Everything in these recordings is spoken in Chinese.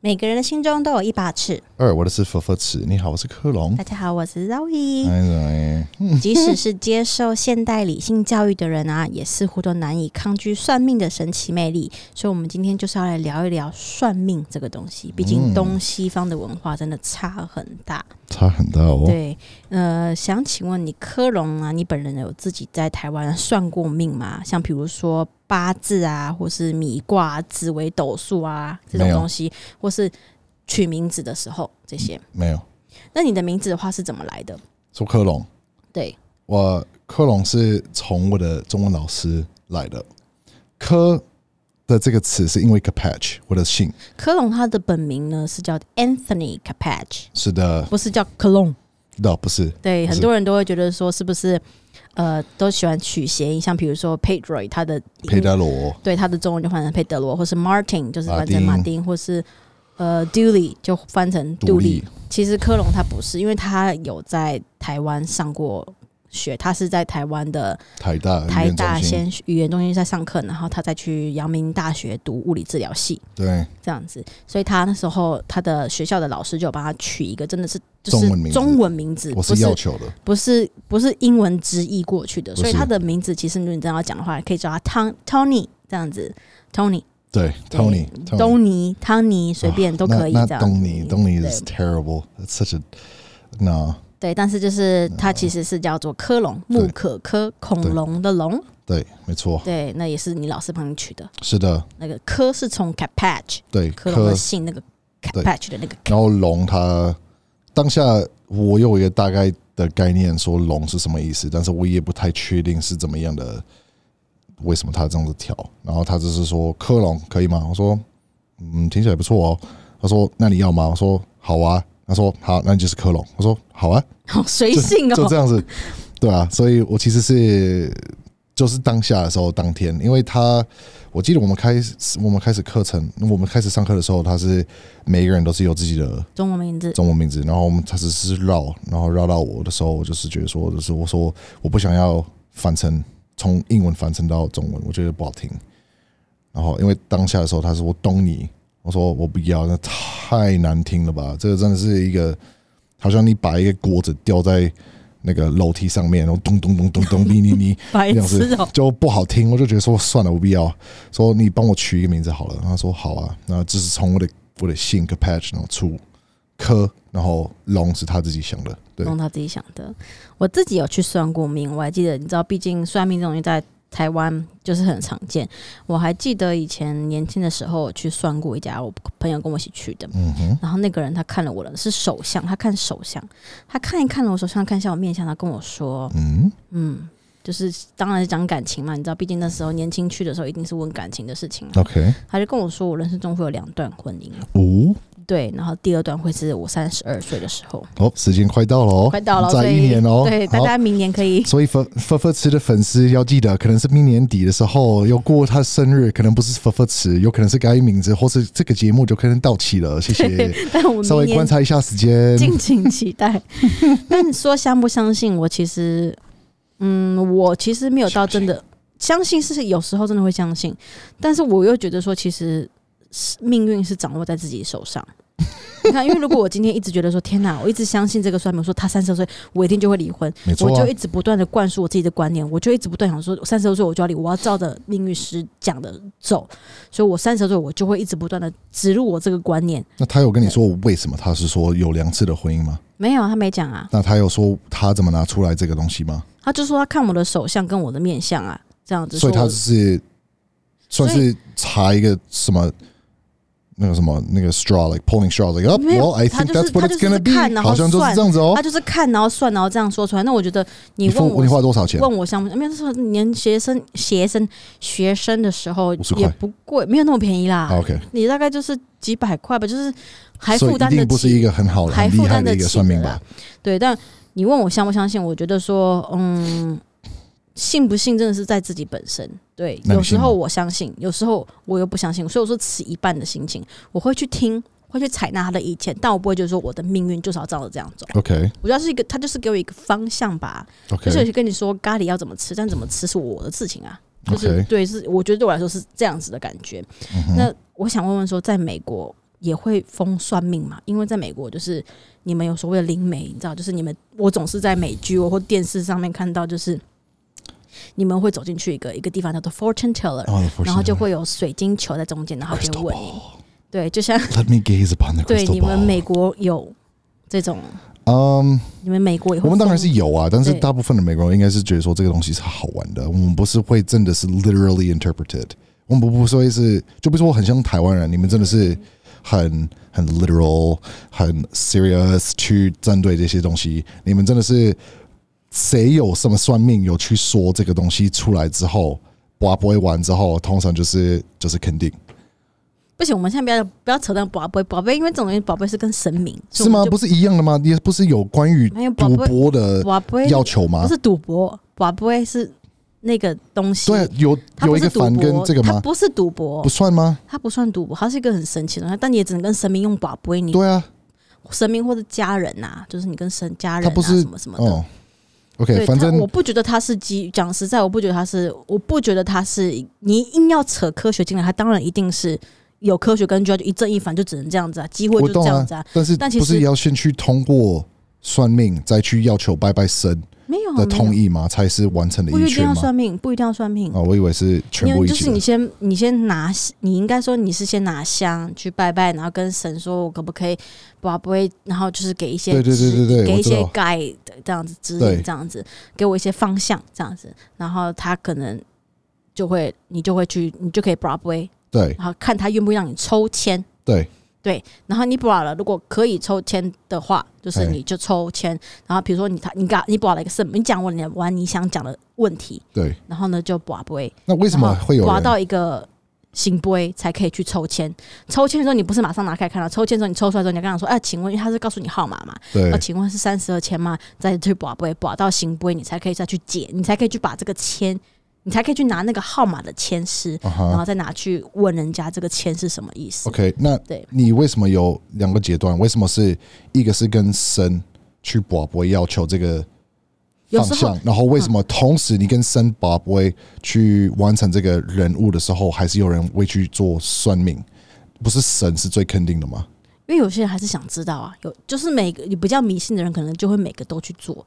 每个人的心中都有一把尺。二，我的是佛佛尺。你好，我是克隆大。家好，我是 Zoe。哎哎，即使是接受现代理性教育的人啊，也似乎都难以抗拒算命的神奇魅力。所以，我们今天就是要来聊一聊算命这个东西。毕竟嗯东西方的文化真的差很大。差很大哦。对，呃，想请问你科隆啊，你本人有自己在台湾算过命吗？像比如说八字啊，或是米卦、紫微斗数啊这种没有东西，或是取名字的时候这些。没有，那你的名字的话是怎么来的？说克隆，对，我克隆是从我的中文老师来的。科的这个词是因为 Capatch，我的姓科隆他的本名呢是叫 Anthony Capatch，是的，不是叫科隆。那不是对，不是很多人都会觉得说是不是呃都喜欢取谐音，像比如说 Pedro 他的音佩德罗，对，他的中文就翻成佩德罗，或是 Martin 就是翻成马马丁丁，或是呃 Dooley 就翻成杜独立立。其实科隆他不是，因为他有在台湾上过学，他是在台湾的台大台语言大中心，先语言中心在上课，然后他再去阳明大学读物理治疗系对，这样子，所以他那时候他的学校的老师就有帮他取一个真的是就中文名是字中文名字，我不是是要求的，不是不是英文直译过去的，不是所以他的名字其实如果你真的要讲的话，可以叫他 Ton Tony 这样子，Tony 对，Tony，啊对东尼、汤尼随便都可以那这样。那嗯东尼，东尼对 is terrible. That's such a no. 对，但是就是他其实是叫做科龙，嗯木可科，恐龙的龙。对，没错，对，那也是你老师帮你取的。是的，那个科是从 Capatch 对，科隆的科姓那个对 Capatch 的那个 Cap。然后龙它当下我有一个大概的概念，说龙是什么意思，但是我也不太确定是怎么样的，为什么他这样子调。然后他就是说克隆可以吗？我说嗯，听起来不错哦。他说那你要吗？我说好啊。他说好，那你就是克隆。我说好啊，好随 就性就这哦。样子，对啊。所以我其实是就是当下的时候，当天，因为他我记得我们开始我们开始课程，我们开始上课的时候，他是每一个人都是有自己的。中文名字中文名字，然后我们他只是绕，然后绕到我的时候，我就是觉得说，就是我说我不想要翻成从英文翻成到中文，我觉得不好听。然后因为当下的时候，他说我懂你，我说我不要，那太难听了吧？这个真的是一个，好像你把一个锅子吊在那个楼梯上面，然后咚咚咚咚咚，你你你， 白这样痴子哦。就不好听，我就觉得说算了，我不要。说你帮我取一个名字好了。他说好啊，那这是从我的我的姓 c a p a t c h 然后出科，然后龙是他自己想的，对，弄他自己想的。我自己有去算过命，我还记得，你知道，毕竟算命这种东西在台湾就是很常见。我还记得以前年轻的时候，我去算过一家，我朋友跟我一起去的。嗯哼，然后那个人他看了我的是手相，他看手相，他看一看了我手相，看一下我面相，他跟我说，嗯，嗯，就是当然是讲感情嘛，你知道，毕竟那时候年轻去的时候一定是问感情的事情啊。 ，OK，他就跟我说，我人生中会有两段婚姻，五对，然后第二段会是我三十二岁的时候，哦，时间快到了哦，快到了，所再以一年哦，对，大好家明年可以所以佛佛佛池的粉丝要记得，可能是明年底的时候要过他的生日，可能不是佛佛池，有可能是改名字，或是这个节目就可能到期了。谢谢， 但我稍明微年观察一下时间。敬请期待。 但你说相不相信？我其实，嗯，我其实没有到真的相信，是有时候真的会相信，但是我又觉得说，其实是命运是掌握在自己手 上。你看，因为如果我今天一直觉得说天哪，我一直相信这个算命，说他三十岁我一定就会离婚，没错我啊、就一直不断的灌输我自己的观念，我就一直不断想说，三十岁我就要离，我要照着命运师讲的走，所以我三十岁我就会一直不断的植入我这个观念。那他有跟你说为什么他是说有两次的婚姻吗？没有啊，他没讲啊，那他有说他怎么拿出来这个东西吗？他就说他看我的手相跟我的面相啊，这样子所说以我。他是所算以是查一个什么那个什么那个 straw like pulling straw like up 没有 well I 他 think 就是 that's 他 what 就 it's 是 gonna 看 be，然后好像就算是这样子哦他。就是看然后算然后这样说出来。那我觉得你问付我你花多少钱？问我相不相，没有那时候年学生学生学生的时候50块也不贵，没有那么便宜啦。好 OK，你大概就是几百块吧，就是还所以负一担得定不是起。一个很好的、还很负厉害担的得一个起算命的吧啦。对，但你问我相不相信，我觉得说，嗯，信不信真的是在自己本身。对，那你有时信吗候我相信，有时候我又不相信，所以我说持一半的心情，我会去听，会去采纳他的意见，但我不会就是说我的命运就是要照着这样走。 OK 我觉得它是一个，他就是给我一个方向吧。就是有 OK 些跟你说咖喱要怎么吃，但怎么吃是我的事情啊。就是 OK，对，是我觉得对我来说是这样子的感觉。嗯哼那我想问问说，在美国，也会封算命嘛，因为在美国就是你们有所谓的灵媒，你知道，就是你们我总是在美剧或电视上面看到，就是你们会走进去一个一个地方叫做 fortune teller，、哦然后就会有水晶球在中间，然后就 Crystal 问你， ball. 对，就像 Let me gaze upon the 对 crystal 你 ball. Um，们美国有这种，嗯，你们美国也会我们当然封是有啊，但是对大部分的美国人应该是觉得说这个东西是好玩的，我们不是会真的是 literally interpreted，我们不不是会是，就比如说我很像台湾人，你们真的是很很 literal、很 serious 去针对这些东西，你们真的是谁有什么算命有去说这个东西出来之后，卜卜完之后，通常就是就是肯定。不行，我们现在不要不要扯到宝贝宝贝，因为这种东西宝贝是跟神明是吗？不是是一样的吗？也不是有关于没有宝赌贝博的宝贝要啊求吗不？是赌博，宝贝是那个东西，对啊，有它有不一是个赌博，反跟这个它吗？不是赌博不，算吗？它不算赌博，它是一个很神奇的东西，但你也只能跟神明用宝贝，你对啊，神明或者家人呐、就是你跟神家人、它啊、不是什么什么的。哦，OK，对，反它正我不觉得它是基于，讲实在，我不觉得它是，我不觉得它是，你硬要扯科学进来，它当然一定是有科学根据啊，就一正一反，就只能这样子啊，机会我就是懂这啊样子啊，，但是但其不是实要先去通过算命，再去要求拜拜神没有啊的哦没有同意吗？才是完成的不一一定圈要吗？算命，不一定要算命。哦，我以为是全因部为一就起是的你。先，你先拿，你应该说你是先拿香去拜拜，然后跟神说，我可不可以，我不会，然后就是给一些对对对指对对给我一知些道 guide 这样子指对引，这样子给我一些方向，这样子，然后他可能就会，你就会去，你就可以 Broadway，对然后看他愿不愿意让你抽签，对，对，然后你 b 了，如果可以抽签的话，就是哎你就抽签，然后比如说你他你刚你 b 了一个什么，你讲完你完你想讲的问题，对，然后呢就 Broadway。那为什么然后会有刮人？到一个醒杯才可以去抽签？抽签的时候你不是马上拿开看到，抽签的时候你抽出来之后，你要跟他说：“哎、请问，因为他是告诉你号码嘛？对呃，请问是三十二签吗？再去刮杯，刮到醒杯，你才可以再去解，你才可以去把这个签，你才可以去拿那个号码的签师，啊然哈后再拿去问人家这个签是什么意思。 ，OK，那对你为什么有两个阶段？为什么是一个是跟神去卜卜要求这个有方时候嗯向，然后为什么同时你跟森宝威去完成这个人物的时候，还是有人会去做算命？不是神是最肯定的吗？因为有些人还是想知道啊，有就是每个比较迷信的人，可能就会每个都去做。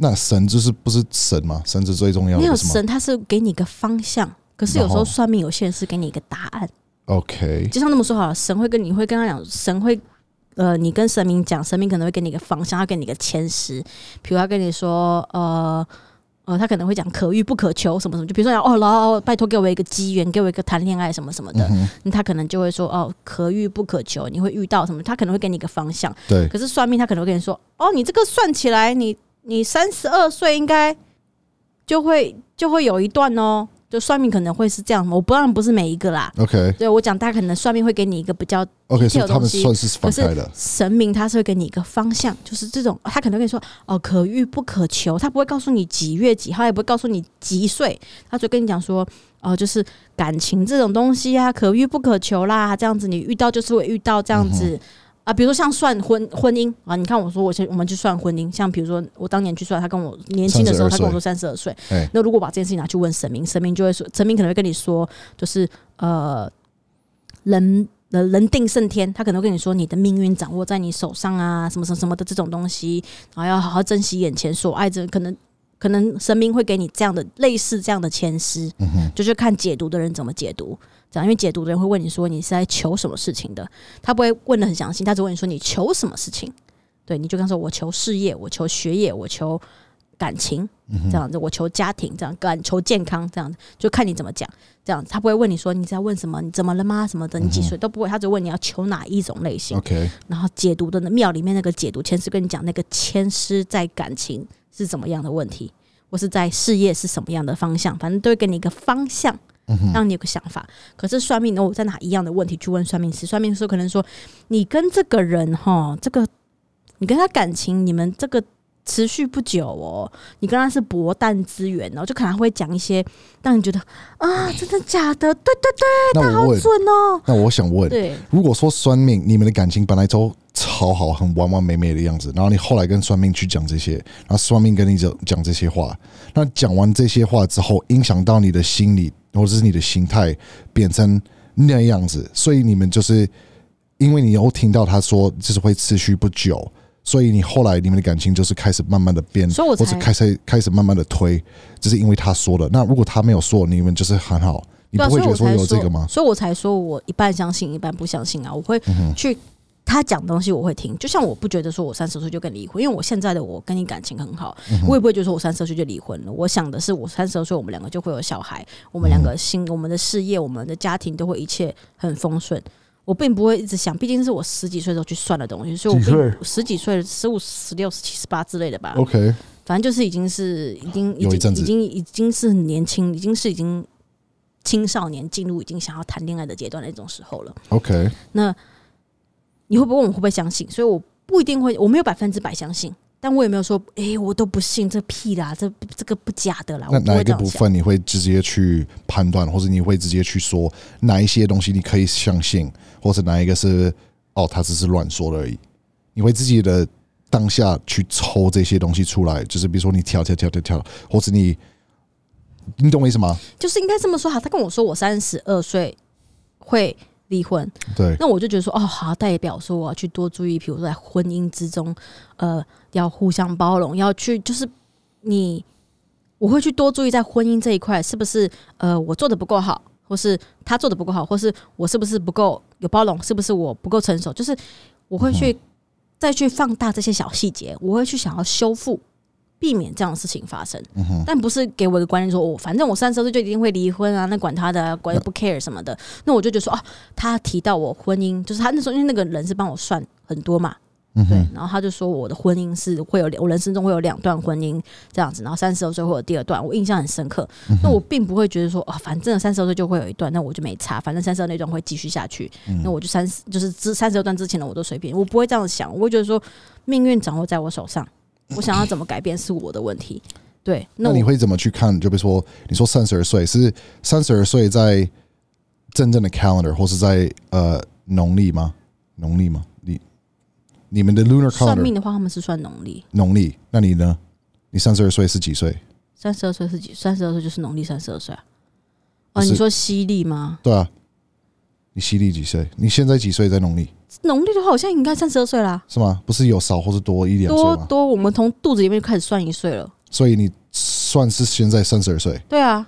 那神就是不是神吗？神是最重要没的，有不是吗神，他是给你一个方向，可是有时然后候算命，有些人是给你一个答案。 ？OK，就像那么说好了，神会跟你会跟他讲，神会呃，你跟神明讲，神明可能会给你一个方向，他给你一个前十，比如他跟你说呃。呃，他可能会讲可遇不可求什么什么，就比如说哦，然后拜托给我一个机缘，给我一个谈恋爱什么什么的，那他可能就会说哦，可遇不可求，你会遇到什么？他可能会给你一个方向。对，可是算命他可能会跟你说哦，你这个算起来，你你三十二岁应该就会就会有一段哦，就算命可能会是这样，我不当然不是每一个啦， OK，OK，、对我讲，大家可能算命会给你一个比较所以他东们西算是可分是开的。神明，他是会给你一个方向，就是这种，他可能会跟你说哦，可遇不可求，他不会告诉你几月几号，也不会告诉你几岁，他就跟你讲说哦、就是感情这种东西啊，可遇不可求啦，这样子你遇到就是会遇到这样子。啊，比如说像算婚婚姻啊，你看我说我先我们去算婚姻，像比如说我当年去算，他跟我年轻的时候， 32他跟我岁说三十二岁哎，那如果把这件事情拿去问神明，神明就会说，神明可能会跟你说，就是呃，人人人定胜天，他可能会跟你说你的命运掌握在你手上啊，什么什么什么的这种东西，然后要好好珍惜眼前所爱着，可能可能神明会给你这样的类似这样的前诗，就是看解读的人怎么解读。这样，因为解读的人会问你说你是在求什么事情的，他不会问的很详细，他只问你说你求什么事情。对，你就跟他说我求事业，我求学业，我求感情，这样子，我求家庭，这样感求健康，这样子，就看你怎么讲。这样，他不会问你说你在问什么，你怎么了吗？什么的，你几岁都不会，他只问你要求哪一种类型。 OK，然后解读的那庙里面那个解读签师跟你讲那个签师在感情是怎么样的问题，或是在事业是什么样的方向，反正都会给你一个方向，让你有个想法。可是算命呢，哦我再拿一样的问题去问算命师，算命师可能说你跟这个人哈，这个你跟他感情，你们这个。持续不久哦，你跟他是薄淡之缘哦，就可能会讲一些让你觉得啊，真的假的？对对那我问，准哦，那我想问，对，如果说算命，你们的感情本来都超好，很完完美美的样子，然后你后来跟算命去讲这些，然后算命跟你讲讲这些话，那讲完这些话之后，影响到你的心理或者是你的心态，变成那样子，所以你们就是因为你又听到他说就是会持续不久，所以你后来你们的感情就是开始慢慢的变，所以我或才者开始开始慢慢的推，只是因为他说的。那如果他没有说，你们就是很好，你对啊，不所以会觉我得才有这个吗？嗯所以我才说我一半相信，一半不相信啊。我会去他讲东西，我会听。就像我不觉得说我三十岁就跟你离婚，因为我现在的我跟你感情很好，嗯我也不会觉得说我三十岁就离婚了。我想的是，我三十岁我们两个就会有小孩，我嗯们两个新我们的事业、我们的家庭都会一切很丰顺。我并不会一直想，毕竟是我十几岁的时候去算的东西，所以我几岁并十几岁、十五、十六、十七、十八之类的吧。 OK，反正就是已经是已经已有一经阵子已经已经是很年轻，已经是已经青少年进入已经想要谈恋爱的阶段的那种时候了。 OK，那你会不会问我会不会相信？所以我不一定会，我没有百分之百相信，但我也没有说，诶，我都不信这屁啦，这这个不假的啦，那我不哪会一这样个部想。分你会直接去判断，或者你会直接去说哪一些东西你可以相信，或者哪一个是哦他只是乱说的而已？你会自己的当下去抽这些东西出来，就是比如说你跳跳跳跳跳，或者你你懂我意思吗？就是应该这么说哈，他跟我说我三十二岁会离婚，对，那我就觉得说，哦，好，代表说我要去多注意，比如说在婚姻之中，呃，要互相包容，要去就是你，我会去多注意在婚姻这一块，是不是呃我做的不够好，或是他做的不够好，或是我是不是不够有包容，是不是我不够成熟，就是我会去、再去放大这些小细节，我会去想要修复。避免这样的事情发生，但不是给我一个观念说，我、哦反正我三十岁就一定会离婚啊，那管他的啊、管不 care 什么的。那我就觉得说，啊，他提到我婚姻，就是他那时候因为那个人是帮我算很多嘛，嗯对哼，，然后他就说我的婚姻是会有我人生中会有两段婚姻这样子，然后三十岁会有第二段，我印象很深刻。嗯那我并不会觉得说啊，反正三十岁就会有一段，那我就没差，反正三十那段会继续下去，嗯那我就三十就是之三十段之前的我都随便，我不会这样想，我会觉得说命运掌握在我手上，我想要怎么改变是我的问题。对，那我你会怎么去看？就比如说你说三十二岁是三十二岁在真正的 calendar，或是在呃农历吗？农历吗？你你们的 lunar 算 calendar 命的话，他们是算农历，农历，那你呢？你三十二岁是几岁？三十二岁是几？三十二岁就是农历三十二岁啊。哦，不是你说西历吗？对啊，你西历几岁？你现在几岁在农历农历的话，好像应该三十二岁啦，是吗？不是有少或是多一两岁多吗？多，我们从肚子里面就开始算一岁了。所以你算是现在三十二岁，对啊，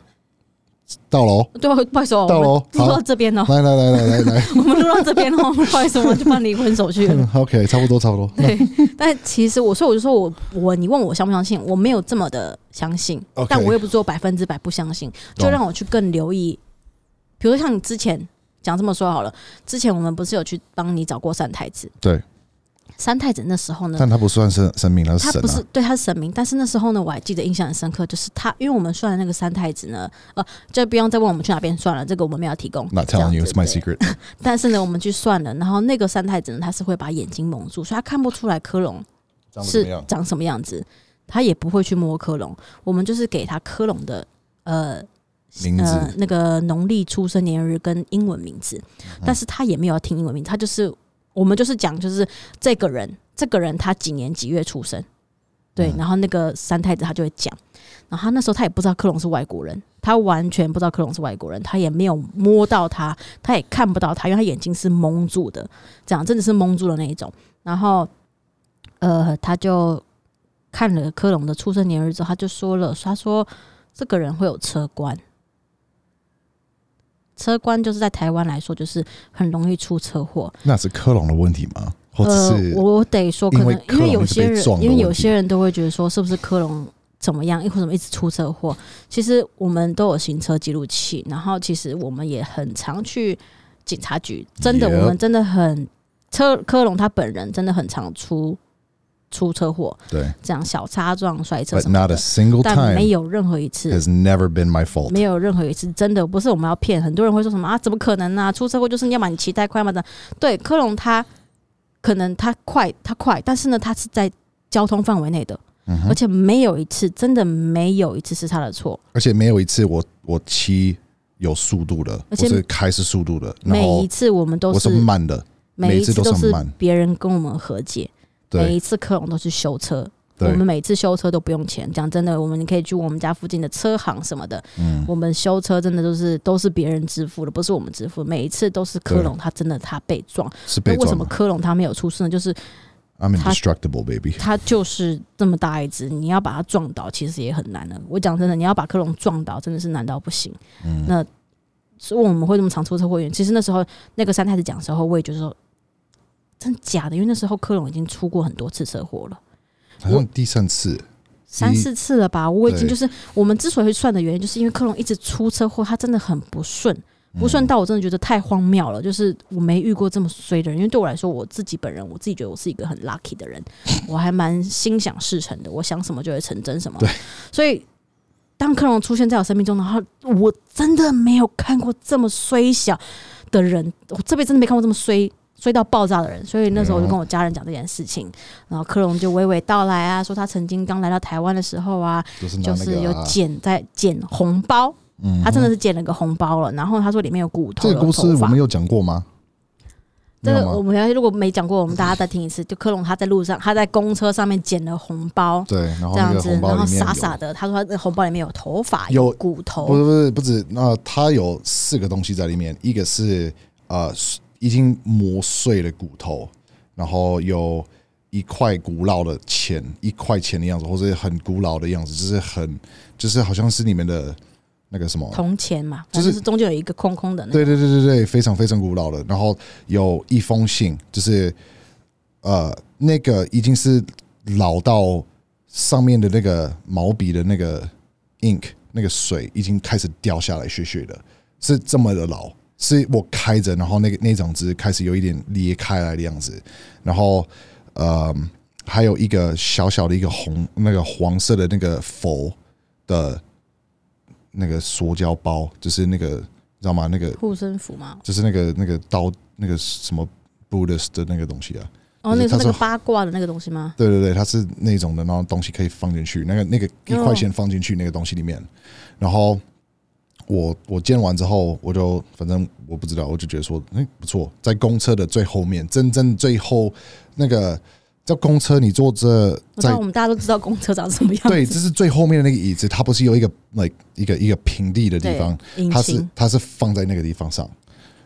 到喽！对啊，不好意思哦，到我喽们录好到这边哦，来来来来 来来我们录到这边哦，不好意思，我就办离婚手续了。嗯，OK，差不多差不多。 对，但其实我，所以我就说我我，你问我相不相信，我没有这么的相信 OK 但我也不是说百分之百不相信，懂就让我去更留意。比如说像你之前讲这么说好了，之前我们不是有去帮你找过三太子？对，三太子那时候呢，但他不算神神明，他是他神不是啊。对他是神明，但是那时候呢，我还记得印象很深刻，就是他，因为我们算的那个三太子呢，呃，就不用再问我们去哪边算了，这个我们没有提供。 Not 这样 telling 子 you, it's my 对 secret。但是呢，我们去算了，然后那个三太子呢，他是会把眼睛蒙住，所以他看不出来科隆长得怎是么样？长什么样子，他也不会去摸科隆。我们就是给他科隆的呃名呃字那个农历出生年月日跟英文名字，嗯但是他也没有要听英文名字，他就是我们就是讲就是这个人，这个人他几年几月出生，对，然后那个三太子他就会讲，然后他那时候他也不知道克隆是外国人，他完全不知道克隆是外国人，他也没有摸到他，他也看不到他，因为他眼睛是蒙住的，这样真的是蒙住的那一种，然后呃他就。看了科隆的出生年日之后，他就说了：“他说这个人会有车关，车关就是在台湾来说，就是很容易出车祸。那是克隆的问题吗？或者呃，是我得说，可因为能因为克隆有一直被些人撞，的因为有问题些人都会觉得说，是不是科隆怎么样，或怎么一直出车祸？其实我们都有行车记录器，然后其实我们也很常去警察局。真的， Yep 我们真的很车科隆他本人真的很常出出车祸，对这样小擦撞、摔车？But 什么 not a 的， single 但 time 没有任何一次 has never been my fault。没有任何一次真的不是我们要骗，很多人会说什么啊，怎么可能呢、出车祸就是要么你骑太快嘛的。对，科隆他可能他快，他快，但是呢，他是在交通范围内的，嗯而且没有一次真的没有一次是他的错，而且没有一次我我骑有速度的，而我且是开是速度的，然每后一次我们都我是是慢的，每每一一次次都是都很是慢别人跟我们和解，每对一次科隆都是修车，我对们每次修车都不用钱。讲真的，我们可以去我们家附近的车行什么的，嗯，我们修车真的都是都是别人支付的，不是我们支付。每一次都是科隆，他真的他被撞。是被那为什撞么的。科隆他没有出事呢？就是 I'm 他 indestructible, baby。他就是这么大一只，你要把它撞倒，其实也很难的。我讲真的，你要把科隆撞倒，真的是难到不行。嗯那所以我们会这么常出车祸的原因，其实那时候那个三太子讲的时候，我也觉得说，真假的，因为那时候科隆已经出过很多次车祸了。好像第三次，三一四次了吧？我已经对就是我们之所以会算的原因，就是因为克隆一直出车祸，他真的很不顺，不嗯顺到我真的觉得太荒谬了。就是我没遇过这么衰的人，因为对我来说，我自己本人我自己觉得我是一个很 lucky 的人，我还蛮心想事成的，我想什么就会成真什么对。所以当克隆出现在我生命中，然后我真的没有看过这么衰小的人，我这辈子真的没看过这么衰。衰到爆炸的人，所以那时候我就跟我家人讲这件事嗯情，然后克隆就娓娓道来啊，说他曾经刚来到台湾的时候啊，就是拿就那是个有啊，捡在捡红包，嗯他真的是捡了个红包了。然后他说里面有骨头，这个有故事头我发们。有讲过吗？这没个有吗我们要如果没讲过，我们大家再听一次。就克隆他在路上，他在公车上面捡了红包，对，然后这那样个子，红包然后里面傻有，傻的，他说他的红包里面有头发，有骨不头，是不是不止，那它有四个东西在里面，一个是呃已经磨碎的骨头，然后有一块古老的钱，一块钱的样子，或者很古老的样子，就是很就是好像是你们的那个什么铜钱嘛，就就是是中间有一个空空的那个对对对对对，非常非常古老的。然后有一封信，就是呃，那个已经是老到上面的那个毛笔的那个 ink 那个水已经开始掉下来，血血的，是这么的老。是我开着，然后那个那张纸开始有一点裂开来的样子，然后呃，还有一个小小的一个红那个黄色的那个佛的那个塑胶包，就是那个你知道吗？那个护身符嘛。就是那个那个刀那个什么 Buddhist 的那个东西啊，哦，那个是他那说个八卦的那个东西吗？对对对，它是那种的，然后东西可以放进去，那个那个一块钱放进去那个东西里面，然后我我建完之后，我就反正我不知道，我就觉得说，哎、不错，在公车的最后面，真正最后那个叫公车，你坐这我知在道我们大家都知道公车长什么样对，子，这是最后面的那个椅子，它不是有一个 like 一个一个平地的地方，引它是擎它是放在那个地方上，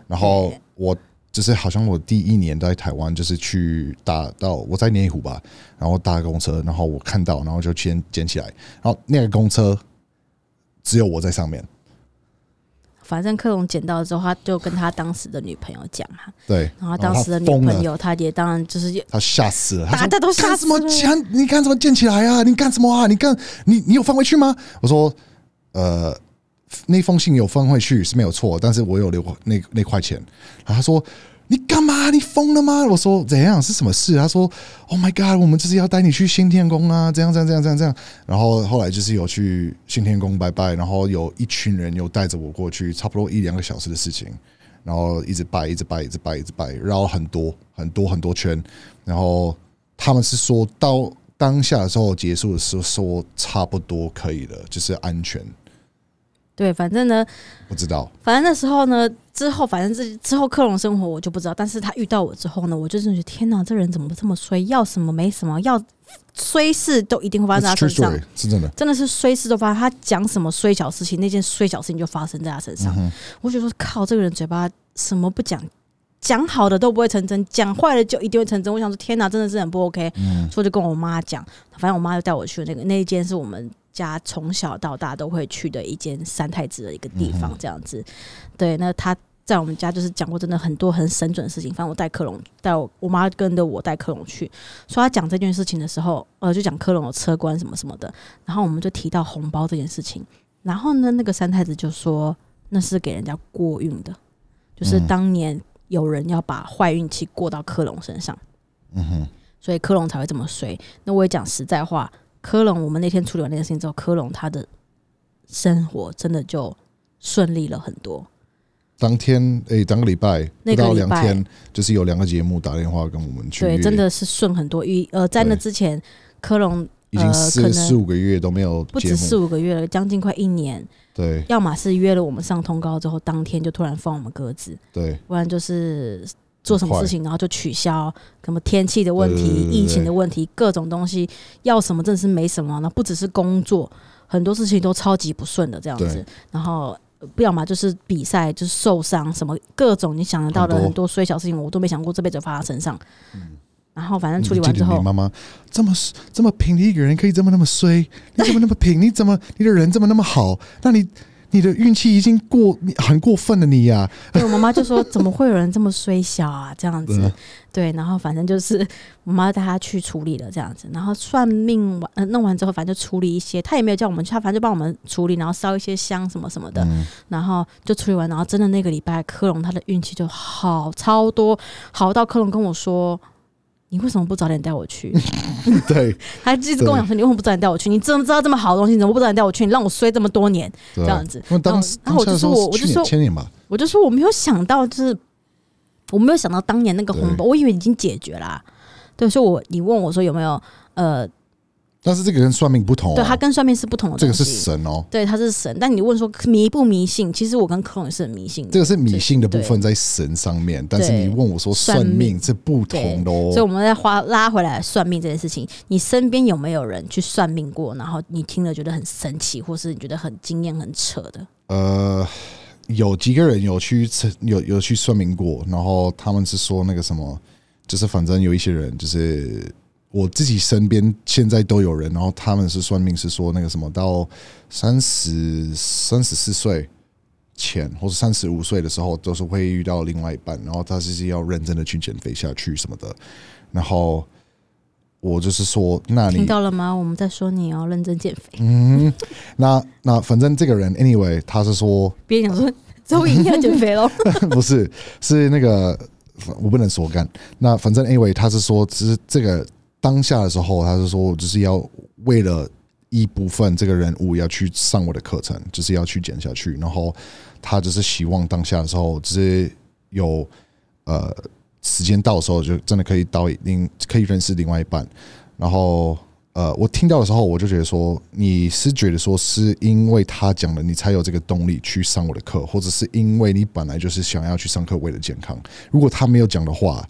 然后对我就是好像我第一年在台湾就是去搭到我在内湖吧，然后搭公车，然后我看到，然后就先捡起来，然后那个公车只有我在上面，反正克隆捡到之后，他就跟他当时的女朋友讲嘛，对，然后当时的女疯朋了，友，他也当然就是也他吓死了，他大家说都吓干死什了么，捡？你干什么捡起来啊？你干什么啊？你干你你有放回去吗？我说，呃，那封信有放回去是没有错，但是我有留那那块钱。然后他说。你干嘛？你疯了吗？我说怎样是什么事？他说：“Oh my god，我们就是要带你去新天宫啊，这样这样这样这样这样。”然后后来就是有去新天宫拜拜，然后有一群人有带着我过去，差不多一两个小时的事情，然后一直拜，一直拜，一直拜，一直拜，绕很多很多很多圈，然后他们是说到当下的时候结束的时候说差不多可以了，就是安全，对，反正呢，不知道反正那时候呢，之后反正之之后克隆生活我就不知道，但是他遇到我之后呢，我就真的觉得天哪，这人怎么这么衰？要什么没什么，要衰事都一定会发生在他 It's true 身上 story，。是真的，真的是衰事都发生，他讲什么衰小事情，那件衰小事情就发生在他身嗯上。我就觉得说靠，这个人嘴巴什么不讲，讲好的都不会成真，讲坏了就一定会成真。我想说，天哪，真的是很不嗯 OK。所以我就跟我妈讲，反正我妈就带我去那个那一间是我们家从小到大都会去的一间三太子的一个地方，这样子。对，那他。在我们家就是讲过真的很多很神准的事情，反正我带克隆，带我我妈跟着我带克隆去，所以他讲这件事情的时候，呃，就讲科隆有车官什么什么的，然后我们就提到红包这件事情。然后呢，那个三太子就说那是给人家过运的，就是嗯当年有人要把坏运气过到科隆身上，嗯哼，所以科隆才会这么衰。那我也讲实在话，科隆我们那天处理完那件事情之后，科隆他的生活真的就顺利了很多。当天诶、当个礼拜那不个到礼两拜天，就是有两个节目打电话跟我们去约，对，真的是顺很多。一呃，在那对之前，科隆已经呃可四能四五个月都没有不节止四目，五个月了，将近快一年。对要么是约了我们上通告之后，当天就突然放我们鸽子，对不然就是做什么很快事情，然后就取消什么天气的问题、对对对对疫情的问题，各种东西要什么真的是没什么。那不只是工作，很多事情都超级不顺的这样子对。然后呃不要嘛，就是比赛，就是受伤，什么各种你想得到的很多嗯很多衰小事情，我都没想过这辈子会发生身上。然后反正你处理记完得之后你，妈妈这么这么平的一个人，可以这么那么衰？ 你怎么那么平？你怎么你的人这么那么好？那你你的运气已经过你很过分了，你呀、对我妈妈就说：“ 怎么会有人这么衰小啊？”这样子嗯，对，然后反正就是 我妈带她去处理了这样子，然后算命完、呃、弄完之后，反正就处理一些，她也没有叫我们去，她反正就帮我们处理，然后烧一些香什么什么的，嗯，然后就处理完，然后真的那个礼拜，科隆她的运气就好超多，好到科隆跟我说。你为什么不早点带我去？ 对她一直跟我讲说：“你为什么不早点带我去？你真的知道这么好的东西，你怎么不早点带我去？你让我衰这么多年。”这样子因为啊当然后时然后我就当下的时说候我我是就去年说前年吧，我就说我没有想到，就是我没有想到当年那个红包，我以为已经解决啦、对，所以我你问我说有没有呃，但是这个跟算命不同、哦，对，它跟算命是不同的这东个西。是神哦，对，它是神，但你问说迷不迷信，其实我跟克隆也是很迷信的，这个是迷信的部分在神上面，但是你问我说算算命命是不同的所以我哦。们再花拉回来算命这件事情，你身边有没有人去算命过？然后你听了觉得很神奇，或是你觉得很惊艳、很扯的？呃，有几个人有去测有有去算命过，然后他们是说那个什么，就是反正有一些人就是。我自己身边现在都有人，然后他们是算命，是说那个什么到三十三十四岁前或者三十五岁的时候，都是会遇到另外一半，然后他就是要认真的去减肥下去什么的。然后我就是说，那你嗯听到了吗？我们在说你要认真减肥。那那反正这个人，anyway，他是说 别人讲说周莹要减肥喽，不是是那个我不能说干。那反正 anyway，他是说只是这个当下的时候，他是说我就是要为了一部分这个人物要去上我的课程，就是要去减下去。然后他就是希望当下的时候，就是有呃时间到的时候，就真的可以到另可以认识另外一半。然后呃，我听到的时候，我就觉得说，你是觉得说是因为他讲了，你才有这个动力去上我的课，或者是因为你本来就是想要去上课为了健康。如果他没有讲的话，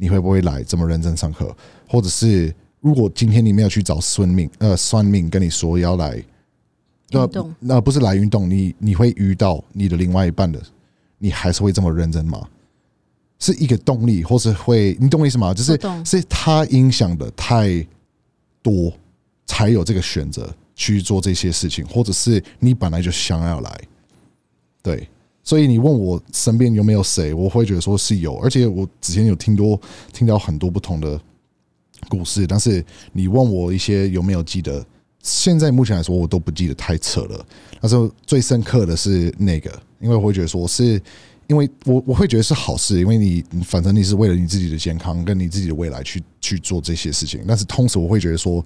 你会不会来这么认真上课？或者是如果今天你没有去找算命，呃，算命跟你说要来，那运动那不是来运动，你你会遇到你的另外一半的，你还是会这么认真吗？是一个动力，或是会你懂我意思吗？就我是懂是他影响的太多，才有这个选择去做这些事情，或者是你本来就想要来，对。所以你问我身边有没有谁，我会觉得说是有，而且我之前有听多听到很多不同的故事，但是你问我一些有没有记得，现在目前来说我都不记得太扯了。但是最深刻的是那个，因为我会觉得说是因为我我会觉得是好事，因为你你反正你是为了你自己的健康跟你自己的未来去去做这些事情，但是同时我会觉得说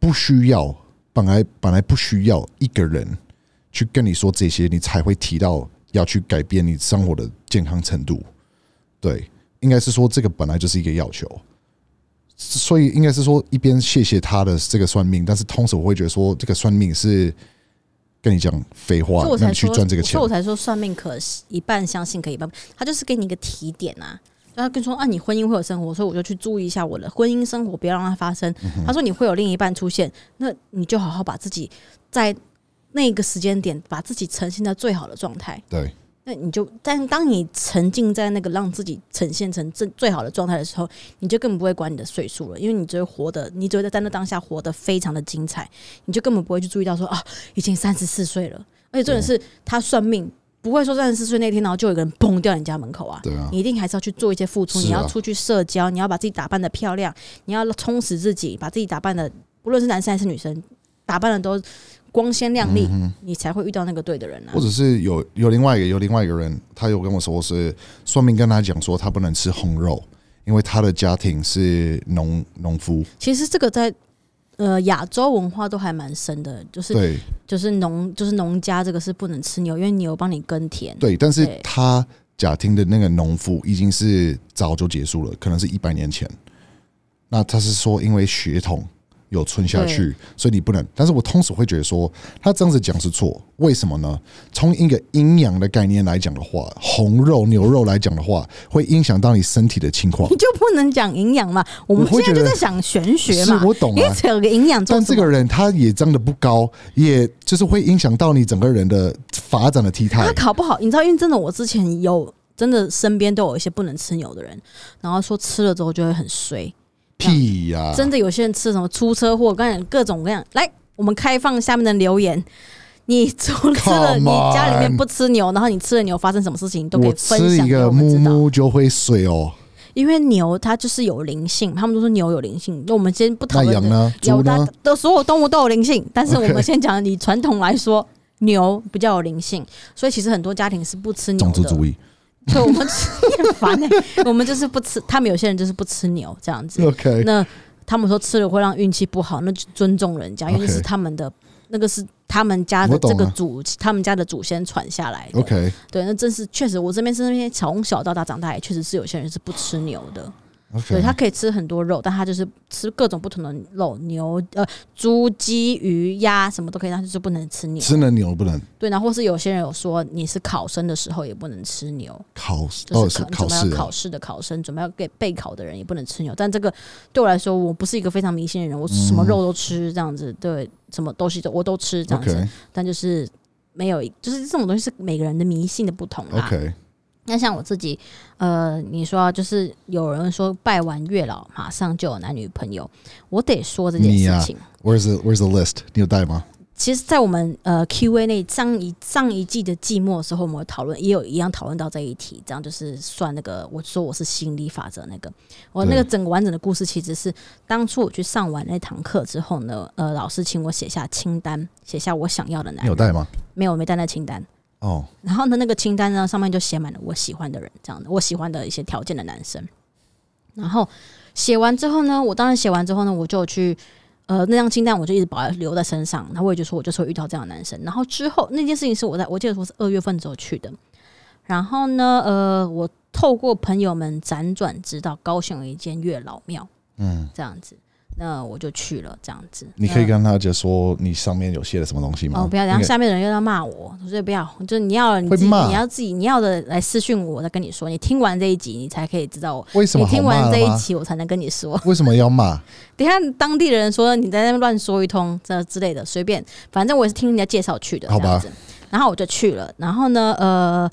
不需要，本来本来不需要一个人去跟你说这些，你才会提到要去改变你生活的健康程度。对，应该是说这个本来就是一个要求，所以应该是说一边谢谢他的这个算命，但是同时我会觉得说这个算命是跟你讲废话所以我，那才你去说，赚这个钱所以我。才说算命可一半相信，可以一半不，他就是给你一个提点啊。然后跟你说啊，你婚姻会有生活，所以我就去注意一下我的婚姻生活，不要让它发嗯生。他说你会有另一半出现，那你就好好把自己在那个时间点，把自己呈现在最好的状态。对，那你就，但当你沉浸在那个让自己呈现成最最好的状态的时候，你就根本不会管你的岁数了，因为你只会活得，你只会在那当下活得非常的精彩，你就根本不会去注意到说啊，已经三十四岁了，而且重点是他算命。不会说三十四岁那天，然后就有一个人蹦掉你家门口啊！对啊你一定还是要去做一些付出，是啊你要出去社交，你要把自己打扮的漂亮，你要充实自己，把自己打扮的，不论是男生还是女生，打扮的都光鲜亮嗯丽，你才会遇到那个对的人啊或！者是有有另外一个有另外一个人，他有跟我说是算命跟他讲说他不能吃红肉，因为他的家庭是农农夫，其实这个在呃亚洲文化都还蛮深的，就是对就是农就是农家这个是不能吃牛，因为牛帮你耕田。对，但是对他假听的那个农夫已经是早就结束了，可能是一百年前。那他是说因为血统有存下去，所以你不能。但是我同时会觉得说，他这样子讲是错，为什么呢？从一个阴阳的概念来讲的话，红肉、牛肉来讲的话，会影响到你身体的情 况你。就不能讲营养嘛？我们我会现在就觉得在讲玄学是嘛，我懂因为啊，只有个营养做但什这么，个人他也长得不高，也就是会影响到你整个人的发展的体态他。考不好，你知道，因为真的我之前有真的身边都有一些不能吃牛的人，然后说吃了之后就会很衰，屁呀、真的有些人吃什么出车祸，跟人各种各样。来，我们开放下面的留言。你除了吃了，你 Come on 家里面不吃牛，然后你吃了牛发生什么事情，你都可以我分吃享一给个我们木知道。木就会碎哦。因为牛它就是有灵性，他们都说牛有灵性。那我们先不讨那论羊这个呢？有猪的呢？的所有动物都有灵性，但是我 OK 们先讲以传统来说，牛比较有灵性，所以其实很多家庭是不吃牛种族的。主义。对，我们吃 你很烦欸，我们就是不吃，他们有些人就是不吃牛这样子。 OK，那他们说吃了会让运气不好，那就尊重人家，因为那 OK 是他们的，那个是他们家的我懂这个了祖，他们家的祖先传下来的。 OK 对，那真是确实，我这边是那些从小到大长大，也确实是有些人是不吃牛的。对， OK，他可以吃很多肉，但他就是吃各种不同的肉，牛、呃、猪、鸡、鱼、鸭什么都可以，但就是不能吃牛。吃了牛不能对，然后或是有些人有说，你是考生的时候也不能吃牛，考试，就哦是是可考准备试要啊考试的考生，准备要给备考的人也不能吃牛。但这个对我来说，我不是一个非常迷信的人，我什么肉都吃，这样子，对，什么东西都我都吃这样子。啊 OK 但就是没有，就是这种东西是每个人的迷信的不同啦。 OK，那像我自己，呃，你说就是有人说拜完月老马上就有男女朋友，我得说这件你呀事情。 Where's the Where's the list？你有带吗？其实，在我们呃 Q&A 那上一上一季的季末的时候，我们有讨论，也有一样讨论到这一题，这样就是算那个我说我是心理法则那个，我那个整个完整的故事其实是当初我去上完那堂课之后呢，呃，老师请我写下清单，写下我想要的男你有人，带吗？没有没带那清单，哦，然后呢，那个清单呢上面就写满了我喜欢的人，这样的我喜欢的一些条件的男生。然后写完之后呢，我当然写完之后呢，我就去呃那张清单我就一直保留在身上。然后我也就说我就是会遇到这样的男生。然后之后那件事情是我在我记得我是二月份之后去的。然后呢，呃，我透过朋友们辗转知道高雄有一间月老庙，嗯，这样子，那我就去了，这样子。你可以那跟他就说你上面有写了什么东西吗？哦，不要，等下嗯应该下面的人又要骂我，我说不要，就是你要你会自己，骂你要自己你要的来私讯我，我再跟你说。你听完这一集，你才可以知道我。为什你么好听骂完这了一吗？集，我才能跟你说。为什么要骂？ 等一下当地的人说你在那边乱说一通，这之类的，随便，反正我也是听人家介绍去的，好吧这样子。然后我就去了，然后呢，呃，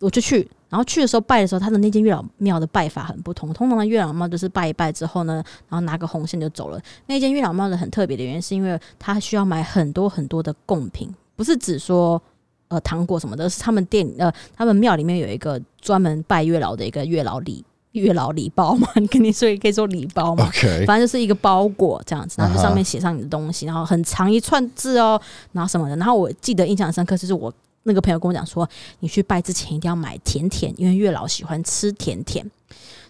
我就去，然后去的时候拜的时候，他的那间月老庙的拜法很不同。通常的月老庙就是拜一拜之后呢，然后拿个红线就走了。那间月老庙的很特别的原因，是因为他需要买很多很多的贡品，不是只说。呃，糖果什么的，是他们店呃，他们庙里面有一个专门拜月老的一个月老礼月老礼包嘛，你肯定所以可以说礼包嘛， OK，反正就是一个包裹这样子，然后就啊哈上面写上你的东西，然后很长一串字哦，然后什么的。然后我记得印象深刻，就是我那个朋友跟我讲说，你去拜之前一定要买甜甜，因为月老喜欢吃甜甜。